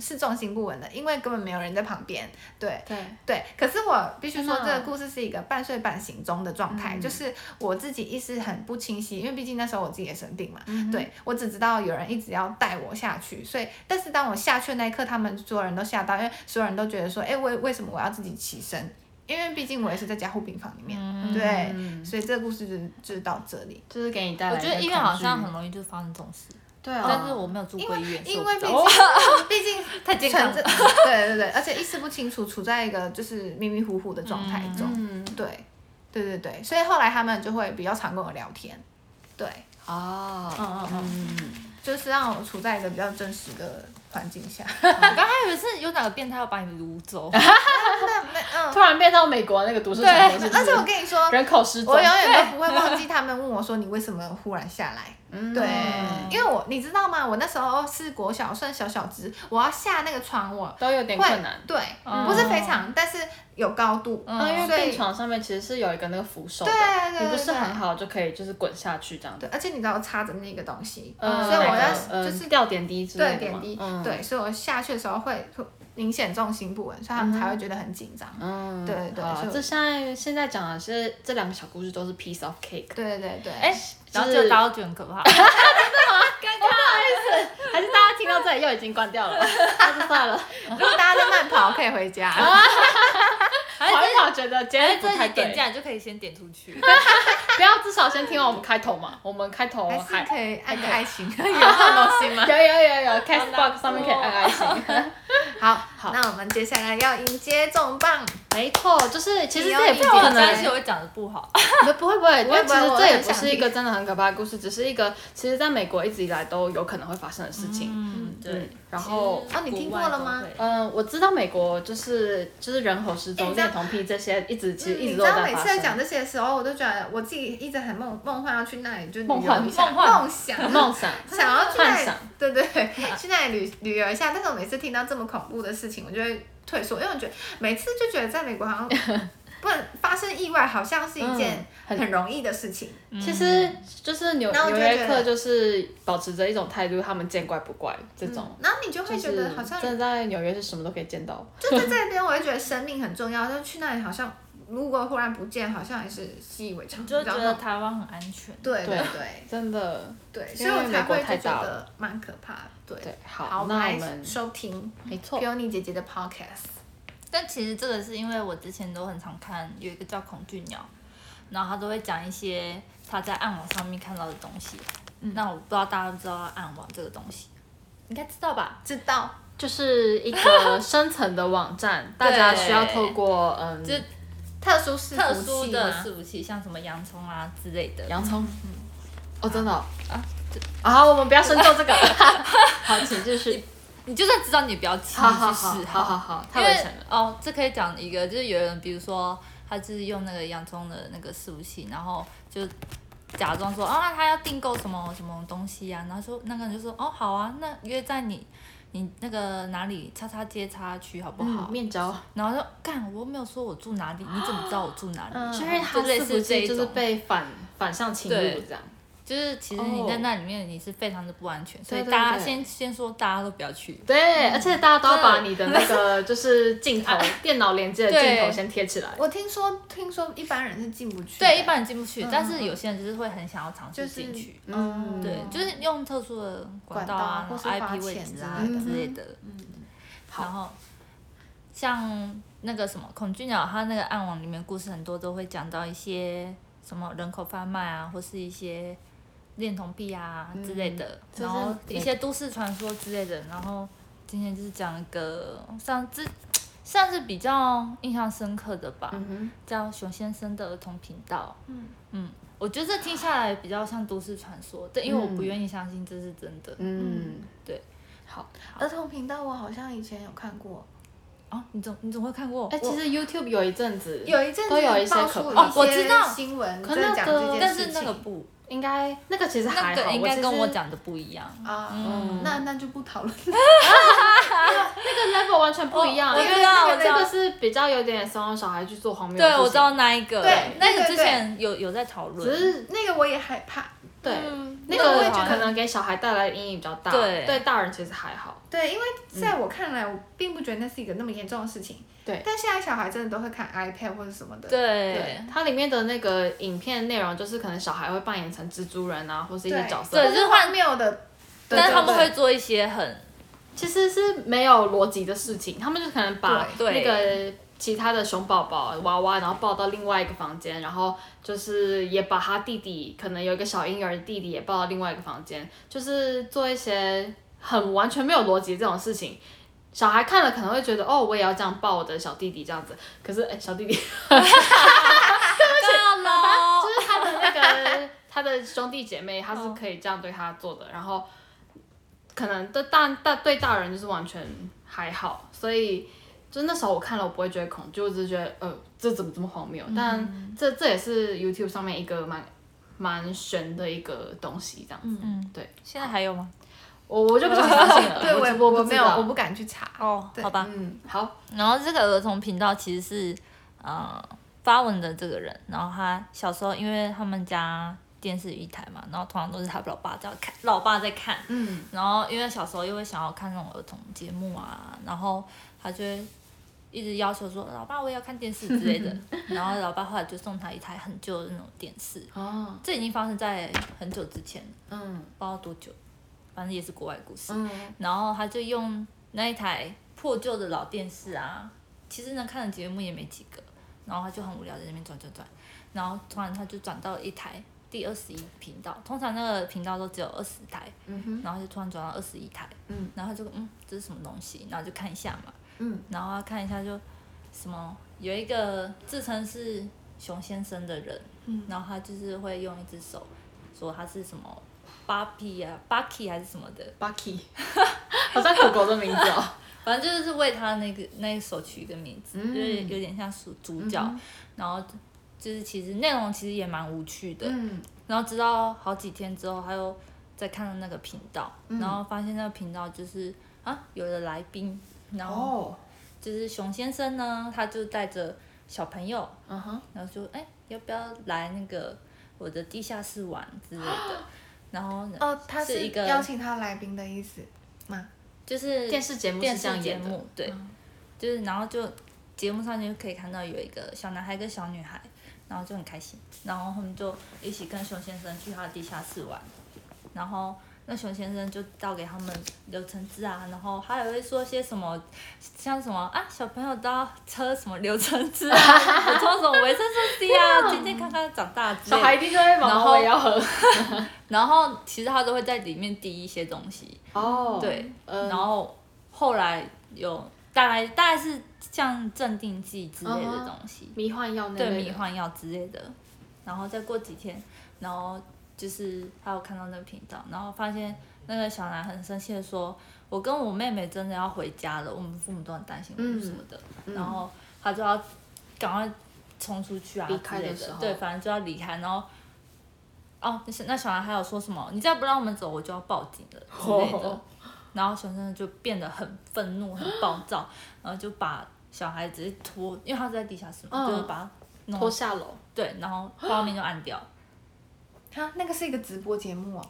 [SPEAKER 1] 是重心不稳的，因为根本没有人在旁边。对
[SPEAKER 2] 对，
[SPEAKER 1] 对，可是我必须说，
[SPEAKER 2] 天
[SPEAKER 1] 这
[SPEAKER 2] 哪
[SPEAKER 1] 个故事是一个半睡半醒中的状态，
[SPEAKER 2] 嗯
[SPEAKER 1] 就是我自己意识很不清晰，因为毕竟那时候我自己也生病嘛。
[SPEAKER 2] 嗯
[SPEAKER 1] 对我只知道有人一直要带我下去，所以但是当我下去的那一刻，他们所有人都吓到，因为所有人都觉得说，哎、为为什么我要自己起身？因为毕竟我也是在加护病房里面，对，
[SPEAKER 2] 嗯
[SPEAKER 1] 所以这个故事就是就是到这里。
[SPEAKER 2] 就是给你带来
[SPEAKER 3] 我
[SPEAKER 2] 一个恐惧。
[SPEAKER 3] 觉得医院好像很容易就发生这种事，
[SPEAKER 2] 对啊，
[SPEAKER 3] 但是我没有住过医院，
[SPEAKER 1] 因为毕
[SPEAKER 3] 所以
[SPEAKER 1] 竟
[SPEAKER 3] 我不知道
[SPEAKER 1] 毕竟
[SPEAKER 3] 太健康了
[SPEAKER 1] 存在对对对，而且意识不清楚，处在一个就是迷迷糊糊的状态中。
[SPEAKER 2] 嗯
[SPEAKER 1] 对，对对对，所以后来他们就会比较常跟我聊天，对，
[SPEAKER 2] 啊，
[SPEAKER 1] 嗯嗯嗯，就是让我处在一个比较真实的环境下。 [laughs]
[SPEAKER 3] 我刚还以为是有哪个变态要把你掳走，
[SPEAKER 1] 哎那没嗯，
[SPEAKER 2] 突然变到美国那个都市
[SPEAKER 3] 对
[SPEAKER 2] 传说，是不
[SPEAKER 1] 而且我
[SPEAKER 2] 是？
[SPEAKER 1] 跟你说，
[SPEAKER 2] 人口失踪，
[SPEAKER 1] 我永远都不会忘记他们问我说你为什么忽然下来。
[SPEAKER 2] 嗯
[SPEAKER 1] 对，因为我你知道吗？我那时候是国小，算小小只，我要下那个床，我
[SPEAKER 2] 都有点
[SPEAKER 1] 会
[SPEAKER 2] 困难。
[SPEAKER 1] 对，
[SPEAKER 3] 嗯
[SPEAKER 1] 不是非常，但是有高度，
[SPEAKER 2] 啊，因为
[SPEAKER 1] 所以
[SPEAKER 2] 病床上面其实是有一个那个扶手的，
[SPEAKER 1] 对对对
[SPEAKER 2] 你不是
[SPEAKER 1] 对
[SPEAKER 2] 很好就可以就是滚下去这样子。
[SPEAKER 1] 对，而且你知道我插着那个东西，
[SPEAKER 2] 嗯
[SPEAKER 1] 所以我要
[SPEAKER 2] 那个嗯
[SPEAKER 1] 就是
[SPEAKER 2] 吊点滴之类
[SPEAKER 1] 对
[SPEAKER 2] 的
[SPEAKER 1] 点
[SPEAKER 2] 嘛
[SPEAKER 1] 滴，
[SPEAKER 2] 嗯
[SPEAKER 1] 对，所以我下去的时候会会明显重心不稳，所以他们才会觉得很紧张。
[SPEAKER 2] 嗯，
[SPEAKER 1] 对对对
[SPEAKER 2] 好啊
[SPEAKER 1] 所以我
[SPEAKER 2] 这现在现在讲的是这两个小故事都是 piece of cake，
[SPEAKER 1] 对对对，
[SPEAKER 3] 哎， [laughs] 然后就大家都觉得很
[SPEAKER 1] [laughs]
[SPEAKER 3] 可怕。
[SPEAKER 2] 还是大家听到这里又已经
[SPEAKER 1] [laughs]
[SPEAKER 2] 关掉了，那就算了。
[SPEAKER 1] 如果大家在慢跑，可以回家。
[SPEAKER 2] 跑一跑觉得今
[SPEAKER 3] 哎，
[SPEAKER 2] 天不
[SPEAKER 3] 这
[SPEAKER 2] 太
[SPEAKER 3] 你点
[SPEAKER 2] 对
[SPEAKER 3] 进，来就可以先点出
[SPEAKER 1] [laughs]
[SPEAKER 3] 去。
[SPEAKER 2] 不要至少先听完我们开头嘛，我们开头
[SPEAKER 1] 还
[SPEAKER 2] 还
[SPEAKER 1] 是可以按个爱 [laughs] 心，有这种东西吗？
[SPEAKER 2] 有有有有
[SPEAKER 3] 难过
[SPEAKER 2] ，Castbox 上面可以按爱心。
[SPEAKER 1] [laughs] 好，那我们接下来要迎接重磅，
[SPEAKER 2] 没错，就是其实这也不
[SPEAKER 1] 有有
[SPEAKER 3] 我
[SPEAKER 2] 可
[SPEAKER 1] 有
[SPEAKER 2] 能
[SPEAKER 3] 担，心我会讲的不好，
[SPEAKER 2] 不会不会，
[SPEAKER 1] 不会
[SPEAKER 2] 但其实
[SPEAKER 1] 不会
[SPEAKER 2] 这也
[SPEAKER 1] 我
[SPEAKER 2] 不
[SPEAKER 1] 很
[SPEAKER 2] 是一个真的很可怕的故事，只是一个其实在美国一直以来都有可能会发生的事情。
[SPEAKER 3] 嗯，对。
[SPEAKER 2] 然后
[SPEAKER 1] 啊你听过了吗
[SPEAKER 2] 嗯，我知道美国就是就是人口失
[SPEAKER 1] 哎你
[SPEAKER 2] 踪、
[SPEAKER 1] 知道
[SPEAKER 2] 恋童癖这些，一直其实一
[SPEAKER 1] 嗯你
[SPEAKER 2] 直
[SPEAKER 1] 知
[SPEAKER 2] 都有
[SPEAKER 1] 道
[SPEAKER 2] 在
[SPEAKER 1] 每次
[SPEAKER 2] 发
[SPEAKER 1] 在讲
[SPEAKER 2] 生。
[SPEAKER 1] 这些的时候，我都觉得我自己一直很梦梦幻要去那里，就
[SPEAKER 2] 梦幻
[SPEAKER 1] 旅游一下
[SPEAKER 3] 梦幻
[SPEAKER 1] 梦想
[SPEAKER 2] 梦想，
[SPEAKER 1] 想要去那
[SPEAKER 2] 幻
[SPEAKER 1] 里
[SPEAKER 2] 想，
[SPEAKER 1] 对对对，去那里旅旅游一下。但
[SPEAKER 2] [laughs]
[SPEAKER 1] 是我每次听到这么恐怖的事情，我就会退缩，因为我觉得每次就觉得在美国好像不然发生意外好像是一件
[SPEAKER 2] 嗯很
[SPEAKER 1] 很容易的事情。嗯
[SPEAKER 2] 其实就是纽
[SPEAKER 1] 那我就
[SPEAKER 2] 纽约
[SPEAKER 1] 觉
[SPEAKER 2] 客
[SPEAKER 1] 得
[SPEAKER 2] 就是保持着一种态度，他们见怪不怪这种。
[SPEAKER 1] 然后你就会觉
[SPEAKER 2] 就是
[SPEAKER 1] 得好像
[SPEAKER 2] 真的在纽约是什么都可以见到，
[SPEAKER 1] 就在这边，我会觉得生命很重要，但去那里好像如果忽然不见，好像也是习以为常，
[SPEAKER 3] 你就
[SPEAKER 1] 你知道
[SPEAKER 3] 觉
[SPEAKER 1] 吗
[SPEAKER 3] 得台湾很安全。
[SPEAKER 1] 对
[SPEAKER 2] 对
[SPEAKER 1] 对对
[SPEAKER 2] 真的。
[SPEAKER 1] 对，所
[SPEAKER 2] 因为
[SPEAKER 1] 以我才
[SPEAKER 2] 美国
[SPEAKER 1] 会
[SPEAKER 2] 太
[SPEAKER 1] 就
[SPEAKER 2] 大
[SPEAKER 1] 觉得蛮可怕的。对，
[SPEAKER 2] 对，
[SPEAKER 1] 好，
[SPEAKER 2] 好，
[SPEAKER 1] 我们
[SPEAKER 2] 那我
[SPEAKER 1] 来
[SPEAKER 2] 们
[SPEAKER 1] 收听
[SPEAKER 2] 没错，
[SPEAKER 1] Peony 姐姐的 Podcast。
[SPEAKER 3] 但其实这个是因为我之前都很常看有一个叫恐惧鸟，然后他都会讲一些他在暗网上面看到的东西。
[SPEAKER 2] 嗯
[SPEAKER 3] 那我不知道大家知不知道暗网这个东西，应该知道吧？
[SPEAKER 1] 知道，
[SPEAKER 2] 就是一个深层的网站，大家需要透过嗯，
[SPEAKER 3] 就
[SPEAKER 1] 特殊是
[SPEAKER 3] 特殊的
[SPEAKER 1] 是
[SPEAKER 3] 伺服器，像什么洋葱啊之类的。
[SPEAKER 2] 洋葱，
[SPEAKER 3] 嗯
[SPEAKER 2] 哦，真的哦啊，好，我们不要深究
[SPEAKER 3] [laughs]
[SPEAKER 2] 这个，好，请继续，
[SPEAKER 3] 你就算知道，你也不要轻易
[SPEAKER 2] 好
[SPEAKER 3] 去试
[SPEAKER 2] 好好，好好好，太
[SPEAKER 3] 因
[SPEAKER 2] 危
[SPEAKER 3] 为
[SPEAKER 2] 险了，
[SPEAKER 3] 哦，这可以讲一个，就是有人比如说他就是用那个洋葱的那个伺服器，然后就假装说啊、他要订购什么什么东西啊，然后说那个人就说哦好啊，那约在你你那个哪里叉叉街叉区好不好？
[SPEAKER 2] 嗯面交，
[SPEAKER 3] 然后就干，我又没有说我住哪里，你怎么知道我住哪里？
[SPEAKER 1] 嗯
[SPEAKER 2] 所以它
[SPEAKER 3] 就类
[SPEAKER 2] 是不
[SPEAKER 3] 似这
[SPEAKER 2] 是
[SPEAKER 3] 一
[SPEAKER 2] 就是
[SPEAKER 3] 种。
[SPEAKER 2] 被反反向侵入
[SPEAKER 3] 对
[SPEAKER 2] 这样？
[SPEAKER 3] 就是其实你在那里面你是非常的不安全，所以
[SPEAKER 2] 对对
[SPEAKER 3] 大家
[SPEAKER 2] 对
[SPEAKER 3] 先先说大家都不要去。
[SPEAKER 2] 对，而且大家都要把
[SPEAKER 3] 对
[SPEAKER 2] 你的那个就是镜头，电脑连接的镜头
[SPEAKER 3] 对
[SPEAKER 2] 先贴起来。
[SPEAKER 1] 我听说，听说一般人是进不去的。
[SPEAKER 3] 对，一般人进不去，
[SPEAKER 1] 嗯
[SPEAKER 3] 但是有些人就是会很想要尝
[SPEAKER 1] 就
[SPEAKER 3] 试
[SPEAKER 1] 是
[SPEAKER 3] 进去。
[SPEAKER 2] 嗯
[SPEAKER 3] 对，就是用特殊的管
[SPEAKER 1] 管道
[SPEAKER 3] 道啊，
[SPEAKER 1] 啊
[SPEAKER 3] 然后
[SPEAKER 1] 或是花
[SPEAKER 3] IP 位
[SPEAKER 1] 钱
[SPEAKER 3] 置
[SPEAKER 1] 之
[SPEAKER 3] 啊
[SPEAKER 1] 类的
[SPEAKER 3] 之类的。嗯，然后像那个什么恐惧鸟，它那个暗网里面故事很多都会讲到一些什么人口贩卖啊，或是一些恋童癖啊之类的，
[SPEAKER 2] 就是
[SPEAKER 3] 然后一些都市传说之类的。然后今天就是讲一个上之算是比较印象深刻的吧，
[SPEAKER 2] 嗯
[SPEAKER 3] 叫熊先生的儿童频道。
[SPEAKER 1] 嗯
[SPEAKER 3] 嗯，我觉得这听下来比较像都市传说，但因为我
[SPEAKER 2] 嗯
[SPEAKER 3] 不愿意相信这是真的。
[SPEAKER 2] 嗯，
[SPEAKER 3] 对。
[SPEAKER 2] 好，
[SPEAKER 1] 儿童频道，我好像以前有看过，
[SPEAKER 3] 哦，你总你总会看过
[SPEAKER 2] 哎，？其实 YouTube 有一阵子
[SPEAKER 1] 有一阵子
[SPEAKER 2] 都有一些
[SPEAKER 1] 爆
[SPEAKER 2] 可
[SPEAKER 1] 出
[SPEAKER 2] 怕
[SPEAKER 1] 一
[SPEAKER 3] 哦我知
[SPEAKER 1] 些
[SPEAKER 3] 道
[SPEAKER 1] 新闻
[SPEAKER 2] 可
[SPEAKER 1] 在
[SPEAKER 2] 那
[SPEAKER 1] 讲
[SPEAKER 2] 个
[SPEAKER 1] 这件
[SPEAKER 3] 但
[SPEAKER 1] 事
[SPEAKER 3] 是
[SPEAKER 1] 情。
[SPEAKER 3] 那个不，
[SPEAKER 2] 应该那个其实还
[SPEAKER 3] 那
[SPEAKER 2] 好，
[SPEAKER 3] 个应该
[SPEAKER 2] 其
[SPEAKER 3] 跟
[SPEAKER 2] 实
[SPEAKER 3] 我讲的不一样。
[SPEAKER 1] 啊，
[SPEAKER 2] 嗯
[SPEAKER 1] 那那就不讨论。 [laughs]
[SPEAKER 2] 这个 level 完全不一样，
[SPEAKER 3] 哦我
[SPEAKER 2] 因
[SPEAKER 3] 我
[SPEAKER 2] 为
[SPEAKER 3] 知道
[SPEAKER 2] 那
[SPEAKER 3] 我
[SPEAKER 2] 个
[SPEAKER 3] 知
[SPEAKER 2] 这
[SPEAKER 3] 道
[SPEAKER 2] 个是比较有点怂恿小孩去做荒谬的事
[SPEAKER 3] 对，
[SPEAKER 2] 情。
[SPEAKER 3] 我知道那一个，
[SPEAKER 1] 对
[SPEAKER 3] 那
[SPEAKER 1] 对
[SPEAKER 3] 个
[SPEAKER 1] 对
[SPEAKER 3] 之前有有在讨论。
[SPEAKER 2] 只是
[SPEAKER 1] 那个我也害怕，
[SPEAKER 2] 对
[SPEAKER 3] 嗯
[SPEAKER 2] 那
[SPEAKER 1] 那我
[SPEAKER 2] 个
[SPEAKER 1] 也觉得
[SPEAKER 2] 可能给小孩带来的阴影比较大，
[SPEAKER 3] 对
[SPEAKER 2] 对大人其实还好。
[SPEAKER 1] 对，因为在我看来，我并不觉得那是一个那么严重的事情。
[SPEAKER 2] 对
[SPEAKER 1] 但现在小孩真的都会看 iPad 或者什么的。
[SPEAKER 3] 对
[SPEAKER 2] 它里面的那个影片内容就是可能小孩会扮演成蜘蛛人啊，或是一
[SPEAKER 1] 对，
[SPEAKER 2] 些角色
[SPEAKER 3] 对
[SPEAKER 1] 或
[SPEAKER 3] 就是
[SPEAKER 1] 是荒谬的。
[SPEAKER 3] 但是他
[SPEAKER 1] 对
[SPEAKER 3] 们
[SPEAKER 1] 对
[SPEAKER 3] 会做一些很
[SPEAKER 2] 其实是没有逻辑的事情，他们就可能把
[SPEAKER 3] 对
[SPEAKER 2] 那
[SPEAKER 3] 对
[SPEAKER 2] 个其他的熊宝宝娃娃，然后抱到另外一个房间，然后就是也把他弟弟，可能有一个小婴儿的弟弟也抱到另外一个房间，就是做一些很完全没有逻辑这种事情。小孩看了可能会觉得，哦，我也要这样抱我的小弟弟这样子。可是，哎、小弟弟就
[SPEAKER 3] 大喽。
[SPEAKER 2] 是他的那个他的兄弟姐妹，他是可以这样对他做的。然后，可能对大大对大人就是完全还好，所以就那时候我看了，我不会觉得恐惧，我只是觉得，呃，这怎么这么荒谬？但这这也是 YouTube 上面一个蛮蛮悬的一个东西，这样子。
[SPEAKER 3] 嗯，
[SPEAKER 2] 对，
[SPEAKER 3] 现在还有吗？
[SPEAKER 2] 我我就不相信
[SPEAKER 1] [laughs]
[SPEAKER 2] 了，
[SPEAKER 1] 对，
[SPEAKER 2] 我
[SPEAKER 1] 我
[SPEAKER 2] 就
[SPEAKER 1] 也
[SPEAKER 2] 我
[SPEAKER 1] 我
[SPEAKER 2] 不
[SPEAKER 1] 没
[SPEAKER 2] 知
[SPEAKER 1] 有，
[SPEAKER 2] 道
[SPEAKER 1] 我不敢去查。
[SPEAKER 3] 哦，
[SPEAKER 1] 对
[SPEAKER 3] 好吧。
[SPEAKER 2] 嗯，好，
[SPEAKER 3] 然后这个儿童频道其实是，呃，发文的这个人，然后他小时候因为他们家电视一台嘛，然后通常都是他老爸在看，老爸在看，
[SPEAKER 2] 嗯，
[SPEAKER 3] 然后因为小时候又会想要看那种儿童节目啊，然后他就会一直要求说，老爸我也要看电视之类的，然后老爸后来就送他一台很旧的那种电视，
[SPEAKER 2] 哦，
[SPEAKER 3] 这已经发生在很久之前了，
[SPEAKER 2] 嗯
[SPEAKER 3] 不知道多久，反正也是国外故事，
[SPEAKER 2] 嗯，
[SPEAKER 3] 然后他就用那一台破旧的老电视啊，其实能看的节目也没几个，然后他就很无聊在那边转转转，然后突然他就转到一台第二十一频道，通常那个频道都只有二十台，
[SPEAKER 2] 嗯哼，
[SPEAKER 3] 然后就突然转到二十一台，
[SPEAKER 2] 嗯，
[SPEAKER 3] 然后他就嗯这是什么东西，然后就看一下嘛，
[SPEAKER 2] 嗯，
[SPEAKER 3] 然后他看一下就什么有一个自称是熊先生的人，
[SPEAKER 1] 嗯，
[SPEAKER 3] 然后他就是会用一只手说他是什么。巴皮啊，巴 y 还是什么的，
[SPEAKER 2] ，Bucky，好像狗狗的名字哦。
[SPEAKER 3] 反正就是为他那个那一首取一个名字，
[SPEAKER 2] 嗯
[SPEAKER 3] 就是有点像主主角，然后就是其实内容其实也蛮无趣的，
[SPEAKER 2] 嗯
[SPEAKER 3] 然后直到好几天之后，他又再看了那个频道，
[SPEAKER 2] 嗯
[SPEAKER 3] 然后发现那个频道就是啊有了来宾，然后
[SPEAKER 2] 哦，
[SPEAKER 3] 就是熊先生呢，他就带着小朋友，
[SPEAKER 2] 嗯哼，
[SPEAKER 3] 然后就哎、要不要来那个我的地下室玩之
[SPEAKER 2] [gasps]
[SPEAKER 3] 类的，然后呢
[SPEAKER 1] 哦，他
[SPEAKER 3] 是一个
[SPEAKER 1] 邀请他来宾的意思吗？
[SPEAKER 3] 就是
[SPEAKER 2] 电视节目
[SPEAKER 3] 电
[SPEAKER 2] 是这
[SPEAKER 3] 视
[SPEAKER 2] 样
[SPEAKER 3] 节
[SPEAKER 2] 演的，嗯
[SPEAKER 3] 目，对，就是然后就节目上就可以看到有一个小男孩跟小女孩，然后就很开心，然后他们就一起跟熊先生去他的地下室玩，然后那熊先生就倒给他们柳橙汁啊，然后他也会说些什么，像什么啊小朋友都要喝什么柳橙汁啊，补充什么维生素 C 啊，健健康康地长大之类
[SPEAKER 2] 小
[SPEAKER 3] 的
[SPEAKER 2] 孩一定就会
[SPEAKER 3] 然
[SPEAKER 2] 忙，
[SPEAKER 3] 后
[SPEAKER 2] 我也要喝。
[SPEAKER 3] 然后其实他都会在里面滴一些东西，
[SPEAKER 2] 哦，
[SPEAKER 3] 对，
[SPEAKER 2] 嗯
[SPEAKER 3] 然后后来有大概大概是像镇定剂之类
[SPEAKER 2] 嗯
[SPEAKER 3] 的东西，
[SPEAKER 2] 迷幻药那
[SPEAKER 3] 对
[SPEAKER 2] 类
[SPEAKER 3] 迷
[SPEAKER 2] 的。
[SPEAKER 3] 幻药之类的，然后再过几天，然后就是他有看到那个频道，然后发现那个小男很生气的说：“我跟我妹妹真的要回家了，我们父母都很担心我们什么的。
[SPEAKER 2] 嗯
[SPEAKER 3] 然后他就要赶快冲出去啊
[SPEAKER 2] 离开
[SPEAKER 3] 之类
[SPEAKER 2] 的时候
[SPEAKER 3] 对，反正就要离开，然后。哦，就是那小男孩有说什么？你再不让我们走，我就要报警了之类的。
[SPEAKER 2] 哦
[SPEAKER 3] 然后熊先生就变得很愤怒、很暴躁，
[SPEAKER 2] [gasps]
[SPEAKER 3] 然后就把小孩直接拖，因为他是在地下室嘛，
[SPEAKER 2] 嗯
[SPEAKER 3] 就是把他弄
[SPEAKER 2] 拖下楼，
[SPEAKER 3] 对，然后画面就暗
[SPEAKER 2] [gasps]
[SPEAKER 3] 掉。
[SPEAKER 1] 他那个是一个直播节目哦，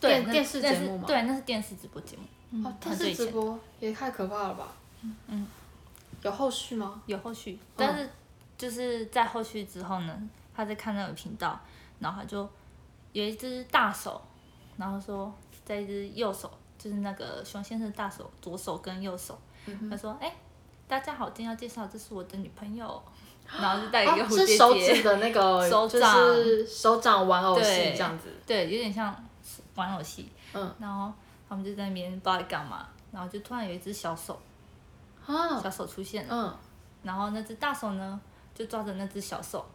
[SPEAKER 3] 对，
[SPEAKER 2] 电
[SPEAKER 3] 那
[SPEAKER 2] 电视
[SPEAKER 3] 那
[SPEAKER 2] 节
[SPEAKER 3] 是
[SPEAKER 2] 目嘛
[SPEAKER 3] 对，那是电视直播节目，
[SPEAKER 2] 哦，
[SPEAKER 3] 他
[SPEAKER 2] 电
[SPEAKER 3] 嗯最
[SPEAKER 2] 视
[SPEAKER 3] 以前
[SPEAKER 2] 直播也太可怕了吧？
[SPEAKER 3] 嗯，
[SPEAKER 2] 有后续吗？
[SPEAKER 3] 有后续，
[SPEAKER 2] 嗯
[SPEAKER 3] 但是就是在后续之后呢，他在看那个频道，然后他就有一只大手，然后说在一只右手，就是那个熊先生的大手，左手跟右手，
[SPEAKER 2] 嗯
[SPEAKER 3] 他说：“哎、大家好，今天要介绍，这是我的女朋友。”然后就带一个
[SPEAKER 2] 哦，
[SPEAKER 3] 蝴
[SPEAKER 2] 是
[SPEAKER 3] 蝶
[SPEAKER 2] 手
[SPEAKER 3] 结，
[SPEAKER 2] 指的那个，
[SPEAKER 3] [laughs] 手
[SPEAKER 2] 就
[SPEAKER 3] 掌
[SPEAKER 2] 是手掌玩偶戏
[SPEAKER 3] 对
[SPEAKER 2] 这样子。
[SPEAKER 3] 对，有点像玩偶戏。
[SPEAKER 2] 嗯，
[SPEAKER 3] 然后他们就在那边不知道在干嘛，然后就突然有一只小手，
[SPEAKER 2] 啊，
[SPEAKER 3] 小手出现了。
[SPEAKER 2] 嗯，
[SPEAKER 3] 然后那只大手呢，就抓着那只小手，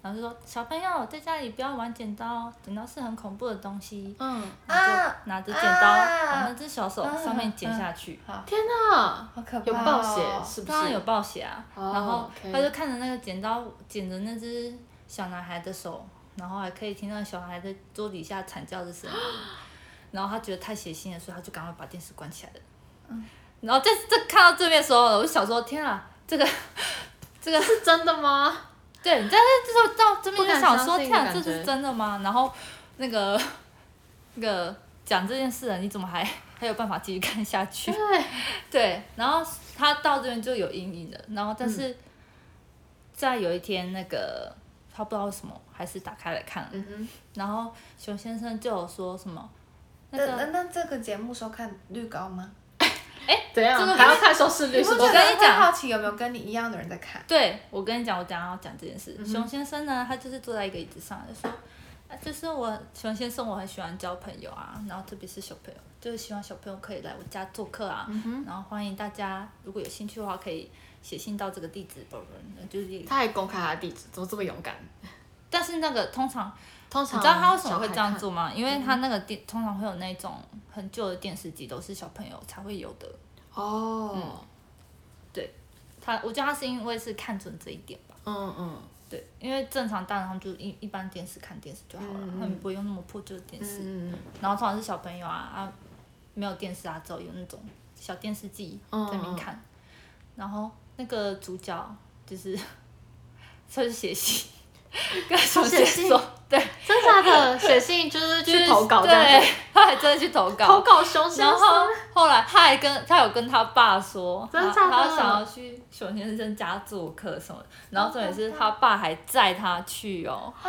[SPEAKER 3] 然后就说：“小朋友在家里不要玩剪刀，剪刀是很恐怖的东西。”
[SPEAKER 2] 嗯，
[SPEAKER 3] 然后就拿着剪刀
[SPEAKER 1] 啊
[SPEAKER 3] 往那只小手上面剪下去，
[SPEAKER 2] 天哪，
[SPEAKER 1] 好可怕、哦！
[SPEAKER 2] 有暴血是不
[SPEAKER 3] 当然
[SPEAKER 2] 是
[SPEAKER 3] 有？暴血啊。
[SPEAKER 2] 哦
[SPEAKER 3] 然后
[SPEAKER 2] OK
[SPEAKER 3] 他就看着那个剪刀剪着那只小男孩的手，然后还可以听到小孩在桌底下惨叫的
[SPEAKER 2] [gasps]
[SPEAKER 3] 声音，然后他觉得太血腥了，所以他就赶快把电视关起来了。
[SPEAKER 2] 嗯
[SPEAKER 3] 然后这这看到这边的时候，我就想说：天啊，这个这
[SPEAKER 2] [laughs]
[SPEAKER 3] 个
[SPEAKER 2] 是真的吗？
[SPEAKER 3] 对，你在这时候到这边就想
[SPEAKER 2] 不敢相
[SPEAKER 3] 说，
[SPEAKER 2] 信
[SPEAKER 3] 天
[SPEAKER 2] 的
[SPEAKER 3] 啊，
[SPEAKER 2] 感
[SPEAKER 3] 这
[SPEAKER 2] 觉
[SPEAKER 3] 是真的吗？然后那个那个讲这件事的，你怎么还还有办法继续看下去
[SPEAKER 2] 对？，
[SPEAKER 3] 对，然后他到这边就有阴影了，然后但是在有一天那个他不知道为什么还是打开来看了，
[SPEAKER 2] 嗯哼，
[SPEAKER 3] 然后熊先生就有说什么那
[SPEAKER 1] 那
[SPEAKER 3] 个
[SPEAKER 1] 呃那那这个节目收看率高吗？
[SPEAKER 2] [laughs] 怎样
[SPEAKER 3] 这个？
[SPEAKER 2] 还要看收视率
[SPEAKER 1] 你
[SPEAKER 2] 是
[SPEAKER 1] 不
[SPEAKER 2] 不
[SPEAKER 1] 觉得
[SPEAKER 2] 是？
[SPEAKER 3] 跟你
[SPEAKER 1] 会
[SPEAKER 3] 讲
[SPEAKER 1] 好奇有没有跟你一样的人在看？
[SPEAKER 3] 对，我跟你讲，我等一下要讲这件事。熊先生呢，他就是坐在一个椅子上，就说，啊，就是我熊先生，我很喜欢交朋友啊，然后特别是小朋友，就是希望小朋友可以来我家做客啊，然后欢迎大家，如果有兴趣的话，可以写信到这个地址，不不不就是，
[SPEAKER 2] 他还公开他的地址，怎么这么勇敢？
[SPEAKER 3] 但是那个通常，
[SPEAKER 2] 通
[SPEAKER 3] 你
[SPEAKER 2] 常
[SPEAKER 3] 知道他为什么会
[SPEAKER 2] 小孩
[SPEAKER 3] 这样
[SPEAKER 2] 看？嗯
[SPEAKER 3] 做吗？因为他那个电通常会有那种很旧的电视机，都是小朋友才会有的。
[SPEAKER 2] 哦，
[SPEAKER 3] 他，我觉得他是因为是看准这一点吧。
[SPEAKER 2] 嗯嗯
[SPEAKER 3] 对，因为正常大人他们就一一般电视看电视就好了，
[SPEAKER 2] 嗯嗯
[SPEAKER 3] 他们不会用那么破旧的电视。
[SPEAKER 2] 嗯嗯
[SPEAKER 3] 然后通常是小朋友啊啊，没有电视啊，只有有那种小电视机
[SPEAKER 2] 嗯
[SPEAKER 3] 在那边看。然后那个主角就是 [laughs] 他就写信 [laughs] 跟小
[SPEAKER 2] 写
[SPEAKER 3] 姐
[SPEAKER 2] 信
[SPEAKER 3] 说，对，
[SPEAKER 2] 嗯，真假的写信就是
[SPEAKER 3] 就是
[SPEAKER 2] 去投稿这样
[SPEAKER 3] 对
[SPEAKER 2] 子，，
[SPEAKER 3] 他还真的去投稿，
[SPEAKER 2] 投稿熊先
[SPEAKER 3] 然
[SPEAKER 2] 生
[SPEAKER 3] 后。后来他还跟他有跟他爸说，
[SPEAKER 2] 真假
[SPEAKER 3] 他
[SPEAKER 2] 的
[SPEAKER 3] 他想要去熊先生家做客什么的，然后重点是他爸还载他去哦，
[SPEAKER 2] 啊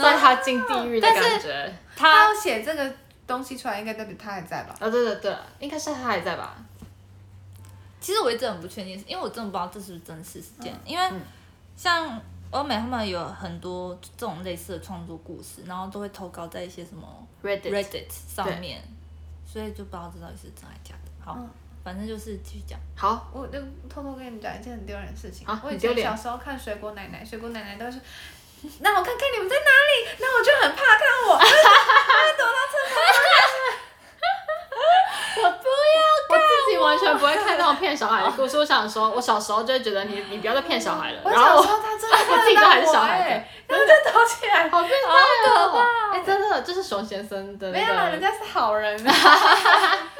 [SPEAKER 2] 在他进地狱的感觉。
[SPEAKER 1] 他
[SPEAKER 3] 他
[SPEAKER 1] 要写这个东西出来，应该代表他还在吧？
[SPEAKER 2] 啊、对对对了，应该是他还在吧？
[SPEAKER 3] 其实我一直很不确定，因为我真的不知道这是不是真实事件，
[SPEAKER 2] 嗯
[SPEAKER 3] 因为像欧美他们有很多这种类似的创作故事，然后都会投稿在一些什么
[SPEAKER 2] Reddit
[SPEAKER 3] Reddit 上面，所以就不知道这到底是真还是假的。好，
[SPEAKER 2] 嗯
[SPEAKER 3] 反正就是继续讲。
[SPEAKER 2] 好，
[SPEAKER 1] 我就偷偷跟你们讲一件很丢人的事情。
[SPEAKER 2] 啊
[SPEAKER 1] 我以
[SPEAKER 2] 很丢
[SPEAKER 1] 前
[SPEAKER 2] 脸
[SPEAKER 1] 小时候看水果奶奶，水果奶奶都是，让我看看你们在哪里，那我就很怕看
[SPEAKER 2] [laughs]
[SPEAKER 1] 我，
[SPEAKER 2] 我自己完全不会看那种骗小孩的故事。我想说，我小时候就会觉得你你不要再骗小孩了。
[SPEAKER 1] 我
[SPEAKER 2] 然后
[SPEAKER 1] 小
[SPEAKER 2] 我
[SPEAKER 1] 时候他真的
[SPEAKER 2] [laughs] 我自己都
[SPEAKER 1] 看
[SPEAKER 2] 还
[SPEAKER 1] 得到
[SPEAKER 2] 是
[SPEAKER 1] 我
[SPEAKER 2] 小孩
[SPEAKER 1] 哎，然后就躲起来。
[SPEAKER 2] 好变态哦！哎、真的，这是熊先生的
[SPEAKER 1] 没有啦，
[SPEAKER 2] 那
[SPEAKER 1] 人 [laughs]
[SPEAKER 2] 个。
[SPEAKER 1] 家是好人啊。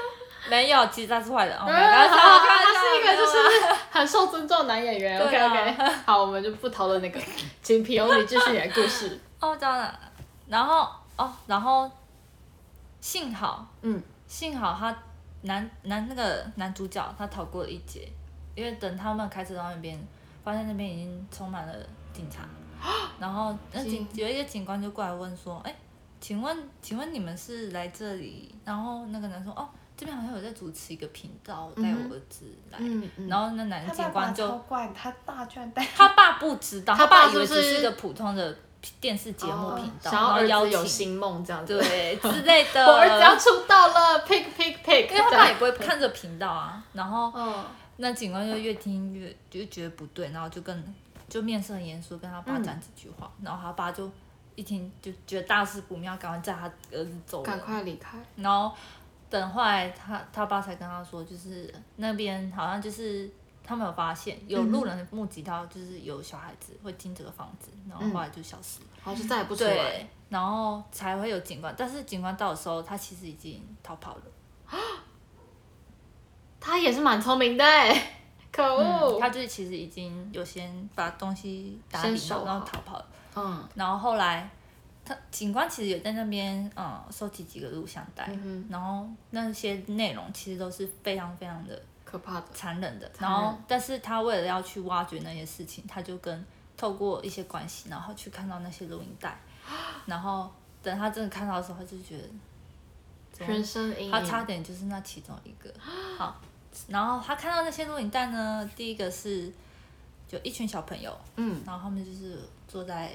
[SPEAKER 3] 没有，其实他是坏人。哦，没有
[SPEAKER 2] 啊
[SPEAKER 3] 开玩笑，开玩笑
[SPEAKER 2] 他是一个就是很受尊重的男演员。OK
[SPEAKER 3] 对啊
[SPEAKER 2] OK，好，我们就不讨论那个，请皮尤你继续你的故事。
[SPEAKER 3] 哦，当然，然后哦，然后幸好
[SPEAKER 2] 嗯，
[SPEAKER 3] 幸好他男男那个男主角他逃过了一劫，因为等他们开车到那边，发现那边已经充满了警察，
[SPEAKER 1] 啊
[SPEAKER 3] 然后那警有一个警官就过来问说，哎，请问请问你们是来这里？然后那个男说，哦，这边好像有在主持一个频道，带
[SPEAKER 1] 嗯
[SPEAKER 3] 我
[SPEAKER 1] 哼
[SPEAKER 3] 儿子来。
[SPEAKER 1] 嗯嗯
[SPEAKER 3] 然后那男
[SPEAKER 1] 他
[SPEAKER 3] 警
[SPEAKER 1] 爸
[SPEAKER 3] 官
[SPEAKER 1] 爸
[SPEAKER 3] 就
[SPEAKER 1] 超怪，他爸居然带
[SPEAKER 3] 他爸不知道，
[SPEAKER 2] 他
[SPEAKER 3] 他
[SPEAKER 2] 爸
[SPEAKER 3] 爸以为
[SPEAKER 2] 是不
[SPEAKER 3] 只
[SPEAKER 2] 是
[SPEAKER 3] 是个普通的电视节目频道，
[SPEAKER 2] 哦想要儿
[SPEAKER 3] 然后
[SPEAKER 2] 子
[SPEAKER 3] 邀
[SPEAKER 2] 有
[SPEAKER 3] 请
[SPEAKER 2] 新梦这样子。 [laughs]
[SPEAKER 3] 对之类的。
[SPEAKER 2] 我儿子要出道了，pick pick [laughs] pick。
[SPEAKER 3] 因为他爸也不会看这频道啊。然后
[SPEAKER 2] 嗯
[SPEAKER 3] 那警官就越听越就觉得不对，然后就跟就面色很严肃跟他爸
[SPEAKER 2] 嗯
[SPEAKER 3] 讲几句话，然后他爸就一听就觉得大事不妙，赶快叫他儿子走人
[SPEAKER 2] 赶快离开。
[SPEAKER 3] 然后等后来他他爸才跟他说，就是那边好像就是他们有发现有路人目击到，就是有小孩子会进这个房子，然后后
[SPEAKER 2] 嗯
[SPEAKER 3] 来就消失了。
[SPEAKER 2] 然后就再也不出来。
[SPEAKER 3] 对，然后才会有警官，但是警官到的时候，他其实已经逃跑了。
[SPEAKER 2] 他也是蛮聪明的 [laughs] 哎，可恶。
[SPEAKER 3] 嗯，他就是其实已经有先把东西打理
[SPEAKER 2] 先守
[SPEAKER 3] 好，
[SPEAKER 2] 好
[SPEAKER 3] 然后逃跑了。
[SPEAKER 2] 嗯
[SPEAKER 3] 然后后来，他警官其实有在那边嗯收集几个录像带，
[SPEAKER 2] 嗯哼，
[SPEAKER 3] 然后那些内容其实都是非常非常的
[SPEAKER 2] 可怕的。
[SPEAKER 3] 残忍的。
[SPEAKER 2] 残
[SPEAKER 3] 然
[SPEAKER 2] 忍
[SPEAKER 3] 后，但是他为了要去挖掘那些事情，他就跟透过一些关系，然后去看到那些录音
[SPEAKER 2] [gasps]
[SPEAKER 3] 带，然后等他真的看到的时候，他就觉得怎么
[SPEAKER 2] 人生阴影。
[SPEAKER 3] 他差点就是那其中一
[SPEAKER 2] [gasps]
[SPEAKER 3] 个。好，然后他看到那些录影带呢，第一个是就一群小朋友，
[SPEAKER 2] 嗯，
[SPEAKER 3] 然后他们就是坐在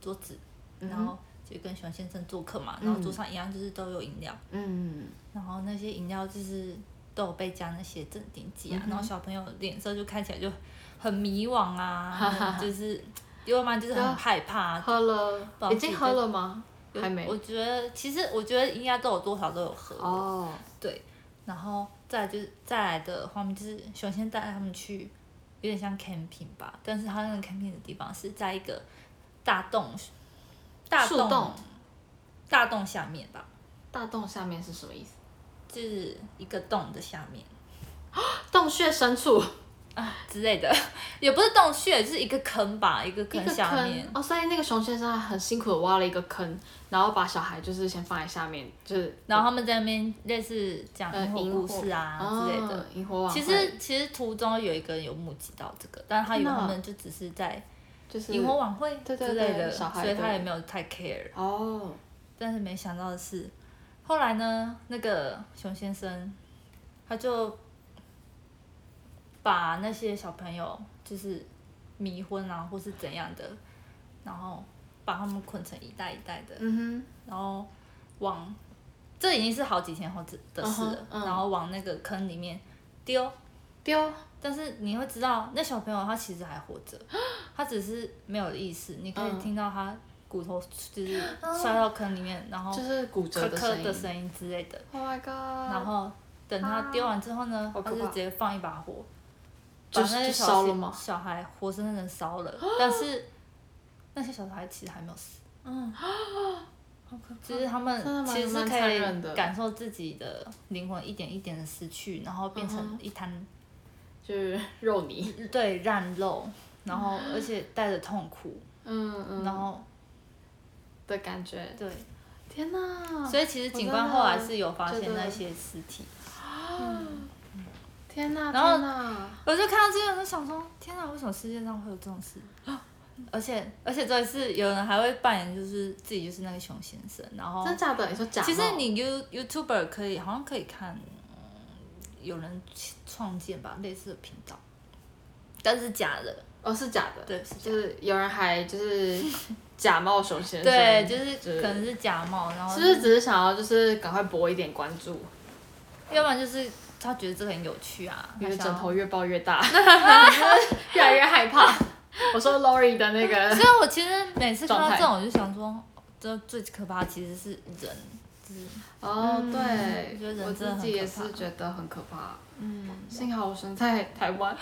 [SPEAKER 3] 桌子，
[SPEAKER 2] 嗯哼
[SPEAKER 3] 然后就跟熊先生做客嘛，
[SPEAKER 2] 嗯
[SPEAKER 3] 然后桌上一样就是都有饮料，
[SPEAKER 2] 嗯，
[SPEAKER 3] 然后那些饮料就是都有被加那些镇定剂
[SPEAKER 2] 嗯
[SPEAKER 3] 啊，
[SPEAKER 2] 哼
[SPEAKER 3] 然后小朋友脸色就看起来就很迷惘啊，就是要不然就是很害怕啊、
[SPEAKER 2] 喝了，
[SPEAKER 3] 好
[SPEAKER 2] 已
[SPEAKER 3] 意思
[SPEAKER 2] 经喝嗯了吗？
[SPEAKER 3] 有
[SPEAKER 2] 还没
[SPEAKER 3] 我。觉得其实我觉得应该都有多少都有喝过
[SPEAKER 2] 哦，
[SPEAKER 3] 对，然后再来就是再来的画面就是首先带他们去，有点像 camping 吧，但是他那个 camping 的地方是在一个大洞，大
[SPEAKER 2] 树
[SPEAKER 3] 洞
[SPEAKER 2] 洞
[SPEAKER 3] 大洞下面吧，
[SPEAKER 2] 大洞下面是什么意思？
[SPEAKER 3] 就是一个洞的下面
[SPEAKER 2] 洞穴深处，
[SPEAKER 3] 啊 [laughs] 之类的，也不是洞穴，就是一个坑吧，一个
[SPEAKER 2] 一
[SPEAKER 3] 坑
[SPEAKER 2] 个
[SPEAKER 3] 下面
[SPEAKER 2] 坑。哦，所以那个熊先生他很辛苦的挖了一个坑，然后把小孩就是先放在下面，就是
[SPEAKER 3] 然后他们在那边类似讲
[SPEAKER 2] 呃
[SPEAKER 3] 萤火
[SPEAKER 2] 萤
[SPEAKER 3] 故
[SPEAKER 2] 火
[SPEAKER 3] 事啊之类的，
[SPEAKER 2] 哦萤火晚会
[SPEAKER 3] 其实其实途中有一个人有目击到这个，但是他以为
[SPEAKER 2] 天哪
[SPEAKER 3] 他们就只是在
[SPEAKER 2] 就是
[SPEAKER 3] 萤火晚会
[SPEAKER 2] 啊对
[SPEAKER 3] 之
[SPEAKER 2] 对
[SPEAKER 3] 类
[SPEAKER 2] 对
[SPEAKER 3] 的，
[SPEAKER 2] 小孩
[SPEAKER 3] 所以他
[SPEAKER 2] 的
[SPEAKER 3] 也没有太 care。
[SPEAKER 2] 哦，
[SPEAKER 3] 但是没想到的是，后来呢，那个熊先生他就把那些小朋友就是迷昏啊，或是怎样的，然后把他们捆成一袋一袋的，
[SPEAKER 2] 嗯
[SPEAKER 3] 然后往这已经是好几天后的的事了，
[SPEAKER 2] 嗯哼嗯
[SPEAKER 3] 然后往那个坑里面丢。
[SPEAKER 2] 哼，丢，
[SPEAKER 3] 但是你会知道，那小朋友他其实还活着，他只是没有意识。你可以
[SPEAKER 2] 嗯
[SPEAKER 3] 听到他骨头就是摔到坑里面，然后
[SPEAKER 2] 就是骨折
[SPEAKER 3] 磕
[SPEAKER 2] 的
[SPEAKER 3] 磕
[SPEAKER 2] 声
[SPEAKER 3] 的
[SPEAKER 2] 音。
[SPEAKER 3] 声音之类的。
[SPEAKER 2] Oh my god！
[SPEAKER 1] 啊
[SPEAKER 3] 然后等他丢完之后呢，
[SPEAKER 2] 好
[SPEAKER 3] 他
[SPEAKER 2] 可
[SPEAKER 3] 就
[SPEAKER 2] 怕
[SPEAKER 3] 直接放一把火，把
[SPEAKER 2] 就
[SPEAKER 3] 那些
[SPEAKER 2] 就
[SPEAKER 3] 小
[SPEAKER 2] 烧了
[SPEAKER 3] 小
[SPEAKER 2] 吗
[SPEAKER 3] 小孩活生生地
[SPEAKER 2] [gasps]
[SPEAKER 3] 烧了，但是那些小孩其实还没有死。嗯，就是他
[SPEAKER 2] 真的
[SPEAKER 3] 们
[SPEAKER 2] 蛮
[SPEAKER 3] 其实是
[SPEAKER 2] 蛮
[SPEAKER 3] 可
[SPEAKER 2] 残
[SPEAKER 3] 以
[SPEAKER 2] 忍的
[SPEAKER 3] 感受自己的灵魂一点一点的失去，然后变
[SPEAKER 2] 嗯
[SPEAKER 3] 成一滩
[SPEAKER 2] 就是肉泥，
[SPEAKER 3] 对烂肉，然后而且带着痛苦，
[SPEAKER 2] 嗯嗯，
[SPEAKER 3] 然后
[SPEAKER 2] 的感觉。
[SPEAKER 3] 对，
[SPEAKER 2] 天哪！
[SPEAKER 3] 所以其实警官
[SPEAKER 2] 我真的
[SPEAKER 3] 后来是有发
[SPEAKER 2] 觉
[SPEAKER 3] 现
[SPEAKER 2] 得
[SPEAKER 3] 那些尸体。
[SPEAKER 2] 天哪！
[SPEAKER 3] 然后
[SPEAKER 2] 天哪！
[SPEAKER 3] 我就看到这些人，就想说：天哪，为什么世界上会有这种事？
[SPEAKER 2] 啊
[SPEAKER 3] 而且而且这一次有人还会扮演，就是自己就是那个熊先生，然后
[SPEAKER 2] 真假的？你说假冒？
[SPEAKER 3] 其实你 You YouTuber 可以好像可以看，嗯、有人创建吧类似的频道，但是假的，
[SPEAKER 2] 哦是假的，
[SPEAKER 3] 对，是假
[SPEAKER 2] 就
[SPEAKER 3] 的，
[SPEAKER 2] 是有人还就是
[SPEAKER 3] [laughs]
[SPEAKER 2] 假冒熊先生，
[SPEAKER 3] 对，
[SPEAKER 2] 就
[SPEAKER 3] 就是可能是假冒，然后
[SPEAKER 2] 是不是只是想要就是赶快博一点关注，
[SPEAKER 3] 要不然就是他觉得这个很有趣啊，
[SPEAKER 2] 因
[SPEAKER 3] 他
[SPEAKER 2] 为
[SPEAKER 3] 想
[SPEAKER 2] 枕
[SPEAKER 3] 要
[SPEAKER 2] 头越抱越大， [laughs] 越来越害怕。我说 Lori 的那个，
[SPEAKER 3] 所以我其实每次看
[SPEAKER 2] 状
[SPEAKER 3] 到
[SPEAKER 2] 态
[SPEAKER 3] 这种，我就想说，这最可怕其实是人，就是
[SPEAKER 2] 哦
[SPEAKER 3] 嗯我觉得
[SPEAKER 2] 对，
[SPEAKER 3] 人
[SPEAKER 2] 我
[SPEAKER 3] 真
[SPEAKER 2] 自
[SPEAKER 3] 的很
[SPEAKER 2] 己也
[SPEAKER 3] 可怕
[SPEAKER 2] 是觉得很可怕。
[SPEAKER 3] 嗯。
[SPEAKER 2] 幸好我身在台湾，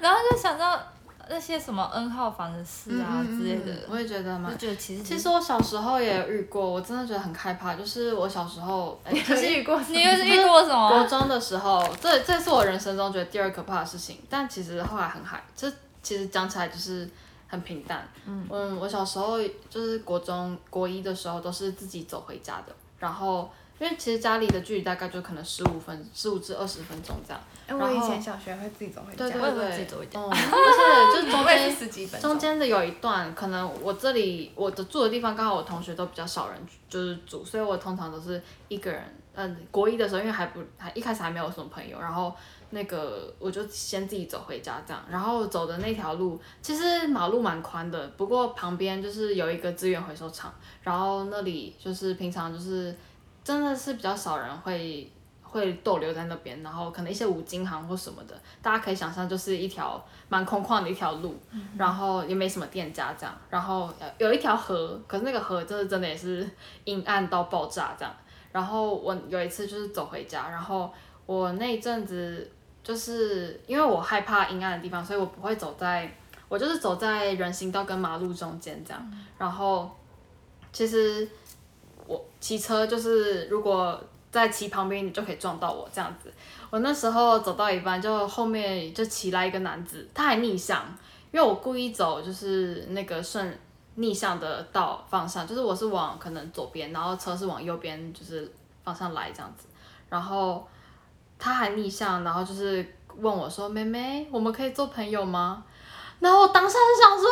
[SPEAKER 3] 然后就想到，那些什么 N 号房的事
[SPEAKER 2] 嗯
[SPEAKER 3] 啊之类的，
[SPEAKER 2] 我也觉得蛮
[SPEAKER 3] 就觉得其实
[SPEAKER 2] 嗯其实我小时候也有遇过，我真的觉得很害怕。就是我小时候，
[SPEAKER 3] [laughs]
[SPEAKER 2] 哎、就是遇过
[SPEAKER 3] 你又是遇过什
[SPEAKER 2] 国
[SPEAKER 3] 么？
[SPEAKER 2] 中的时候，这这是我人生中觉得第二可怕的事情。但其实后来很嗨，这其实讲起来就是很平淡。嗯我小时候就是国中国一的时候都是自己走回家的，然后因为其实家里的距离大概就可能十五分十五至二十分钟这样。
[SPEAKER 1] 哎，我以前小学会自己走回家，
[SPEAKER 2] 对对
[SPEAKER 3] 我也
[SPEAKER 2] 对，
[SPEAKER 3] 会自己走
[SPEAKER 2] [laughs]
[SPEAKER 3] 一点
[SPEAKER 2] 嗯，而且就是中 [laughs]
[SPEAKER 1] 我也
[SPEAKER 2] 间
[SPEAKER 1] 是十几分钟
[SPEAKER 2] 中。间的有一段，可能我这里我的住的地方刚好我同学都比较少人就是住，所以我通常都是一个人。嗯，国一的时候，因为还不还一开始还没有什么朋友，然后那个我就先自己走回家这样，然后走的那条路其实马路蛮宽的，不过旁边就是有一个资源回收厂，然后那里就是平常就是真的是比较少人会会逗留在那边，然后可能一些五金行或什么的，大家可以想象就是一条蛮空旷的一条路，然后也没什么店家这样，然后呃有一条河，可是那个河真的真的也是阴暗到爆炸这样。然后我有一次就是走回家，然后我那一阵子就是因为我害怕阴暗的地方，所以我不会走在，我就是走在人行道跟马路中间这样。然后其实我骑车就是如果在骑旁边，你就可以撞到我这样子。我那时候走到一半，就后面就骑来一个男子，他还逆向，因为我故意走就是那个顺逆向的道方向，就是我是往可能左边，然后车是往右边就是方向来这样子，然后他还逆向，然后就是问我说：“妹妹，我们可以做朋友吗？”然后我当下就想说。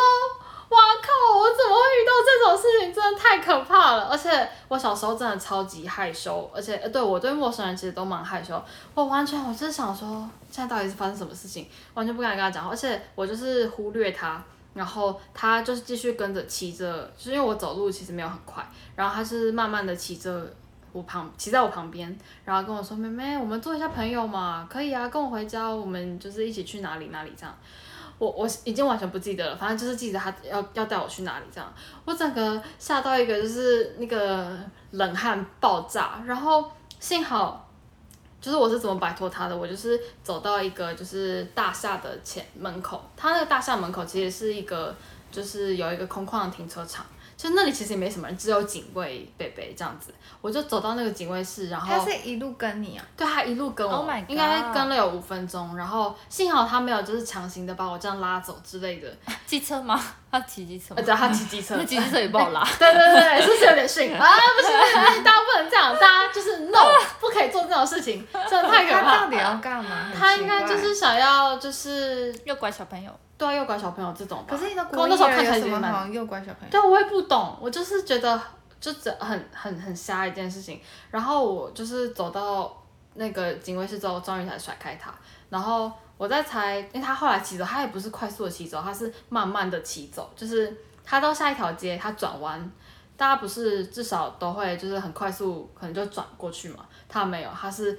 [SPEAKER 2] 哇靠！我怎么会遇到这种事情？真的太可怕了！而且我小时候真的超级害羞，而且呃，对我对陌生人其实都蛮害羞。我完全，我就是想说，现在到底是发生什么事情，完全不敢跟他讲话。而且我就是忽略他，然后他就是继续跟着骑着，就是因为我走路其实没有很快，然后他是慢慢的骑着我旁，骑在我旁边，然后跟我说：“妹妹，我们做一下朋友嘛，可以啊，跟我回家，我们就是一起去哪里哪里这样。”我我已经完全不记得了，反正就是记得他要要带我去哪里这样，我整个吓到一个就是那个冷汗爆炸，然后幸好就是我是怎么摆脱他的，我就是走到一个就是大厦的前门口，他那个大厦门口其实是一个就是有一个空旷的停车场，就那里其实也没什么人，只有警卫贝贝这样子，我就走到那个警卫室，然后
[SPEAKER 1] 他是一路跟你啊，
[SPEAKER 2] 对他一路跟我
[SPEAKER 3] Oh my god
[SPEAKER 2] 应该跟了有五分钟，然后幸好他没有就是强行的把我这样拉走之类的，
[SPEAKER 1] Oh
[SPEAKER 3] 机车吗？他骑机车吗
[SPEAKER 2] 呃，？对，他骑
[SPEAKER 1] [laughs]
[SPEAKER 2] 机车，
[SPEAKER 3] 那
[SPEAKER 2] 对
[SPEAKER 3] [laughs] 骑机车也不好拉。
[SPEAKER 2] 对对对，是不是有点逊啊？不行，大家不能这样，大家就是 no，不 [laughs] 可以做这种事情，真的太可
[SPEAKER 1] [laughs] 他
[SPEAKER 2] 怕
[SPEAKER 1] 到底。要干嘛？
[SPEAKER 2] 他
[SPEAKER 1] 很奇
[SPEAKER 2] 应
[SPEAKER 1] 怪
[SPEAKER 2] 该就是想要就是
[SPEAKER 3] 诱拐小朋友，
[SPEAKER 2] 对啊，诱拐小朋友这种吧。
[SPEAKER 1] 可是你的
[SPEAKER 2] 我
[SPEAKER 1] 国
[SPEAKER 2] 那时候
[SPEAKER 1] 一人
[SPEAKER 2] 看起来
[SPEAKER 1] 有
[SPEAKER 2] 觉
[SPEAKER 1] 什
[SPEAKER 2] 得
[SPEAKER 1] 么好
[SPEAKER 2] 蛮
[SPEAKER 1] 诱拐小朋友？
[SPEAKER 2] 对，我也不懂，我就是觉得就是很很很瞎一件事情。然后我就是走到那个警卫室之后，终于才甩开他。然后我在猜，因为他后来骑走，他也不是快速的骑走，他是慢慢的骑走，就是他到下一条街，他转弯。大家不是至少都会就是很快速，可能就转过去嘛。他没有，他是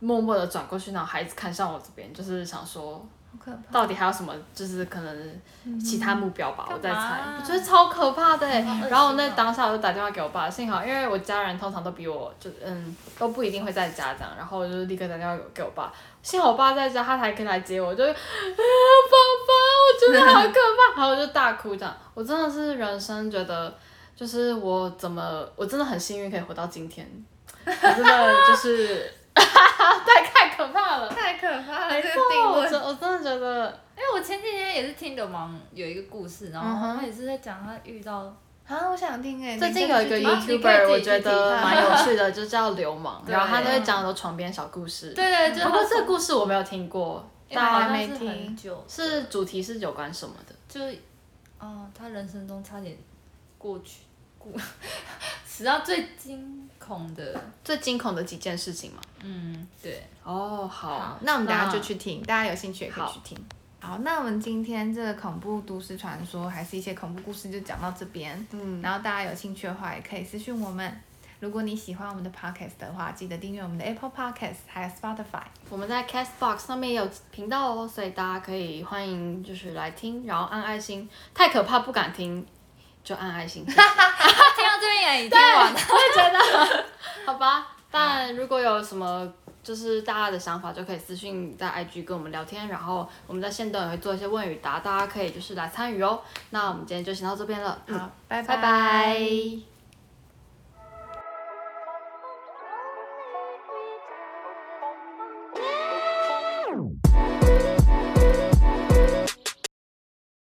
[SPEAKER 2] 默默的转过去，然后孩子看向我这边，就是想说
[SPEAKER 1] 好可怕！
[SPEAKER 2] 到底还有什么，就是可能其他目标吧，
[SPEAKER 3] 嗯
[SPEAKER 2] 我在
[SPEAKER 3] 干嘛
[SPEAKER 2] 猜
[SPEAKER 3] 啊，
[SPEAKER 2] 我觉得超可怕的欸、
[SPEAKER 3] 恶
[SPEAKER 2] 然后
[SPEAKER 3] 心
[SPEAKER 2] 那
[SPEAKER 3] 哦
[SPEAKER 2] 当下我就打电话给我爸，幸好因为我家人通常都比我就嗯都不一定会在家这样，然后我就立刻打电话给我爸，幸好我爸在家，他才可以来接我，我就、啊、爸爸，我觉得好可怕，然后我就大哭这样，我真的是人生觉得就是我怎么我真的很幸运可以活到今天，我真的就是 [laughs] 太太可怕了，
[SPEAKER 1] 太可怕了，这个定
[SPEAKER 2] 我
[SPEAKER 1] 论。
[SPEAKER 2] 真我真的觉得。
[SPEAKER 3] 哎，我前几天也是听的网有一个故事，然
[SPEAKER 1] 嗯
[SPEAKER 3] 后
[SPEAKER 1] 哼
[SPEAKER 3] 他也是在讲他遇到
[SPEAKER 1] 啊，我想听哎、
[SPEAKER 2] 最近有一个
[SPEAKER 1] 你
[SPEAKER 3] 啊
[SPEAKER 1] 真的去
[SPEAKER 3] 你
[SPEAKER 2] YouTuber，
[SPEAKER 3] 可
[SPEAKER 2] 我
[SPEAKER 3] 以自己
[SPEAKER 2] 觉得
[SPEAKER 1] 去听
[SPEAKER 2] 蛮有趣的，就叫流氓，
[SPEAKER 3] 对
[SPEAKER 2] 然后他都会讲很多床边小故事。
[SPEAKER 3] 对对，就是
[SPEAKER 2] 不过
[SPEAKER 3] 他
[SPEAKER 2] 这个故事我没有听过，
[SPEAKER 1] 好
[SPEAKER 2] 但
[SPEAKER 1] 像
[SPEAKER 3] 没
[SPEAKER 1] 是很
[SPEAKER 3] 听久，
[SPEAKER 2] 是主题是有关什么的？
[SPEAKER 3] 就是，哦，他人生中差点过去过，史到最惊恐的，
[SPEAKER 2] 最惊恐的几件事情嘛。
[SPEAKER 3] 嗯，对，
[SPEAKER 2] 哦，好
[SPEAKER 1] 好，，那我们等下就去听，大家有兴趣也可以
[SPEAKER 2] 嗯好
[SPEAKER 1] 去听。好，那我们今天这个恐怖都市传说，还是一些恐怖故事，就讲到这边。
[SPEAKER 2] 嗯，
[SPEAKER 1] 然后大家有兴趣的话，也可以私讯我们。如果你喜欢我们的 podcast 的话，记得订阅我们的 Apple Podcast 还有 Spotify。
[SPEAKER 2] 我们在 Castbox 上面也有频道哦，所以大家可以欢迎就是来听，然后按爱心，太可怕不敢听，就按爱心。 [laughs]
[SPEAKER 3] 他听到这边也已经完了，
[SPEAKER 2] 好吧，但如果有什么就是大家的想法就可以私信在 IG 跟我们聊天，然后我们在线动也会做一些问与答，大家可以就是来参与哦。那我们今天就先到这边了，嗯，
[SPEAKER 1] 好，拜
[SPEAKER 2] 拜拜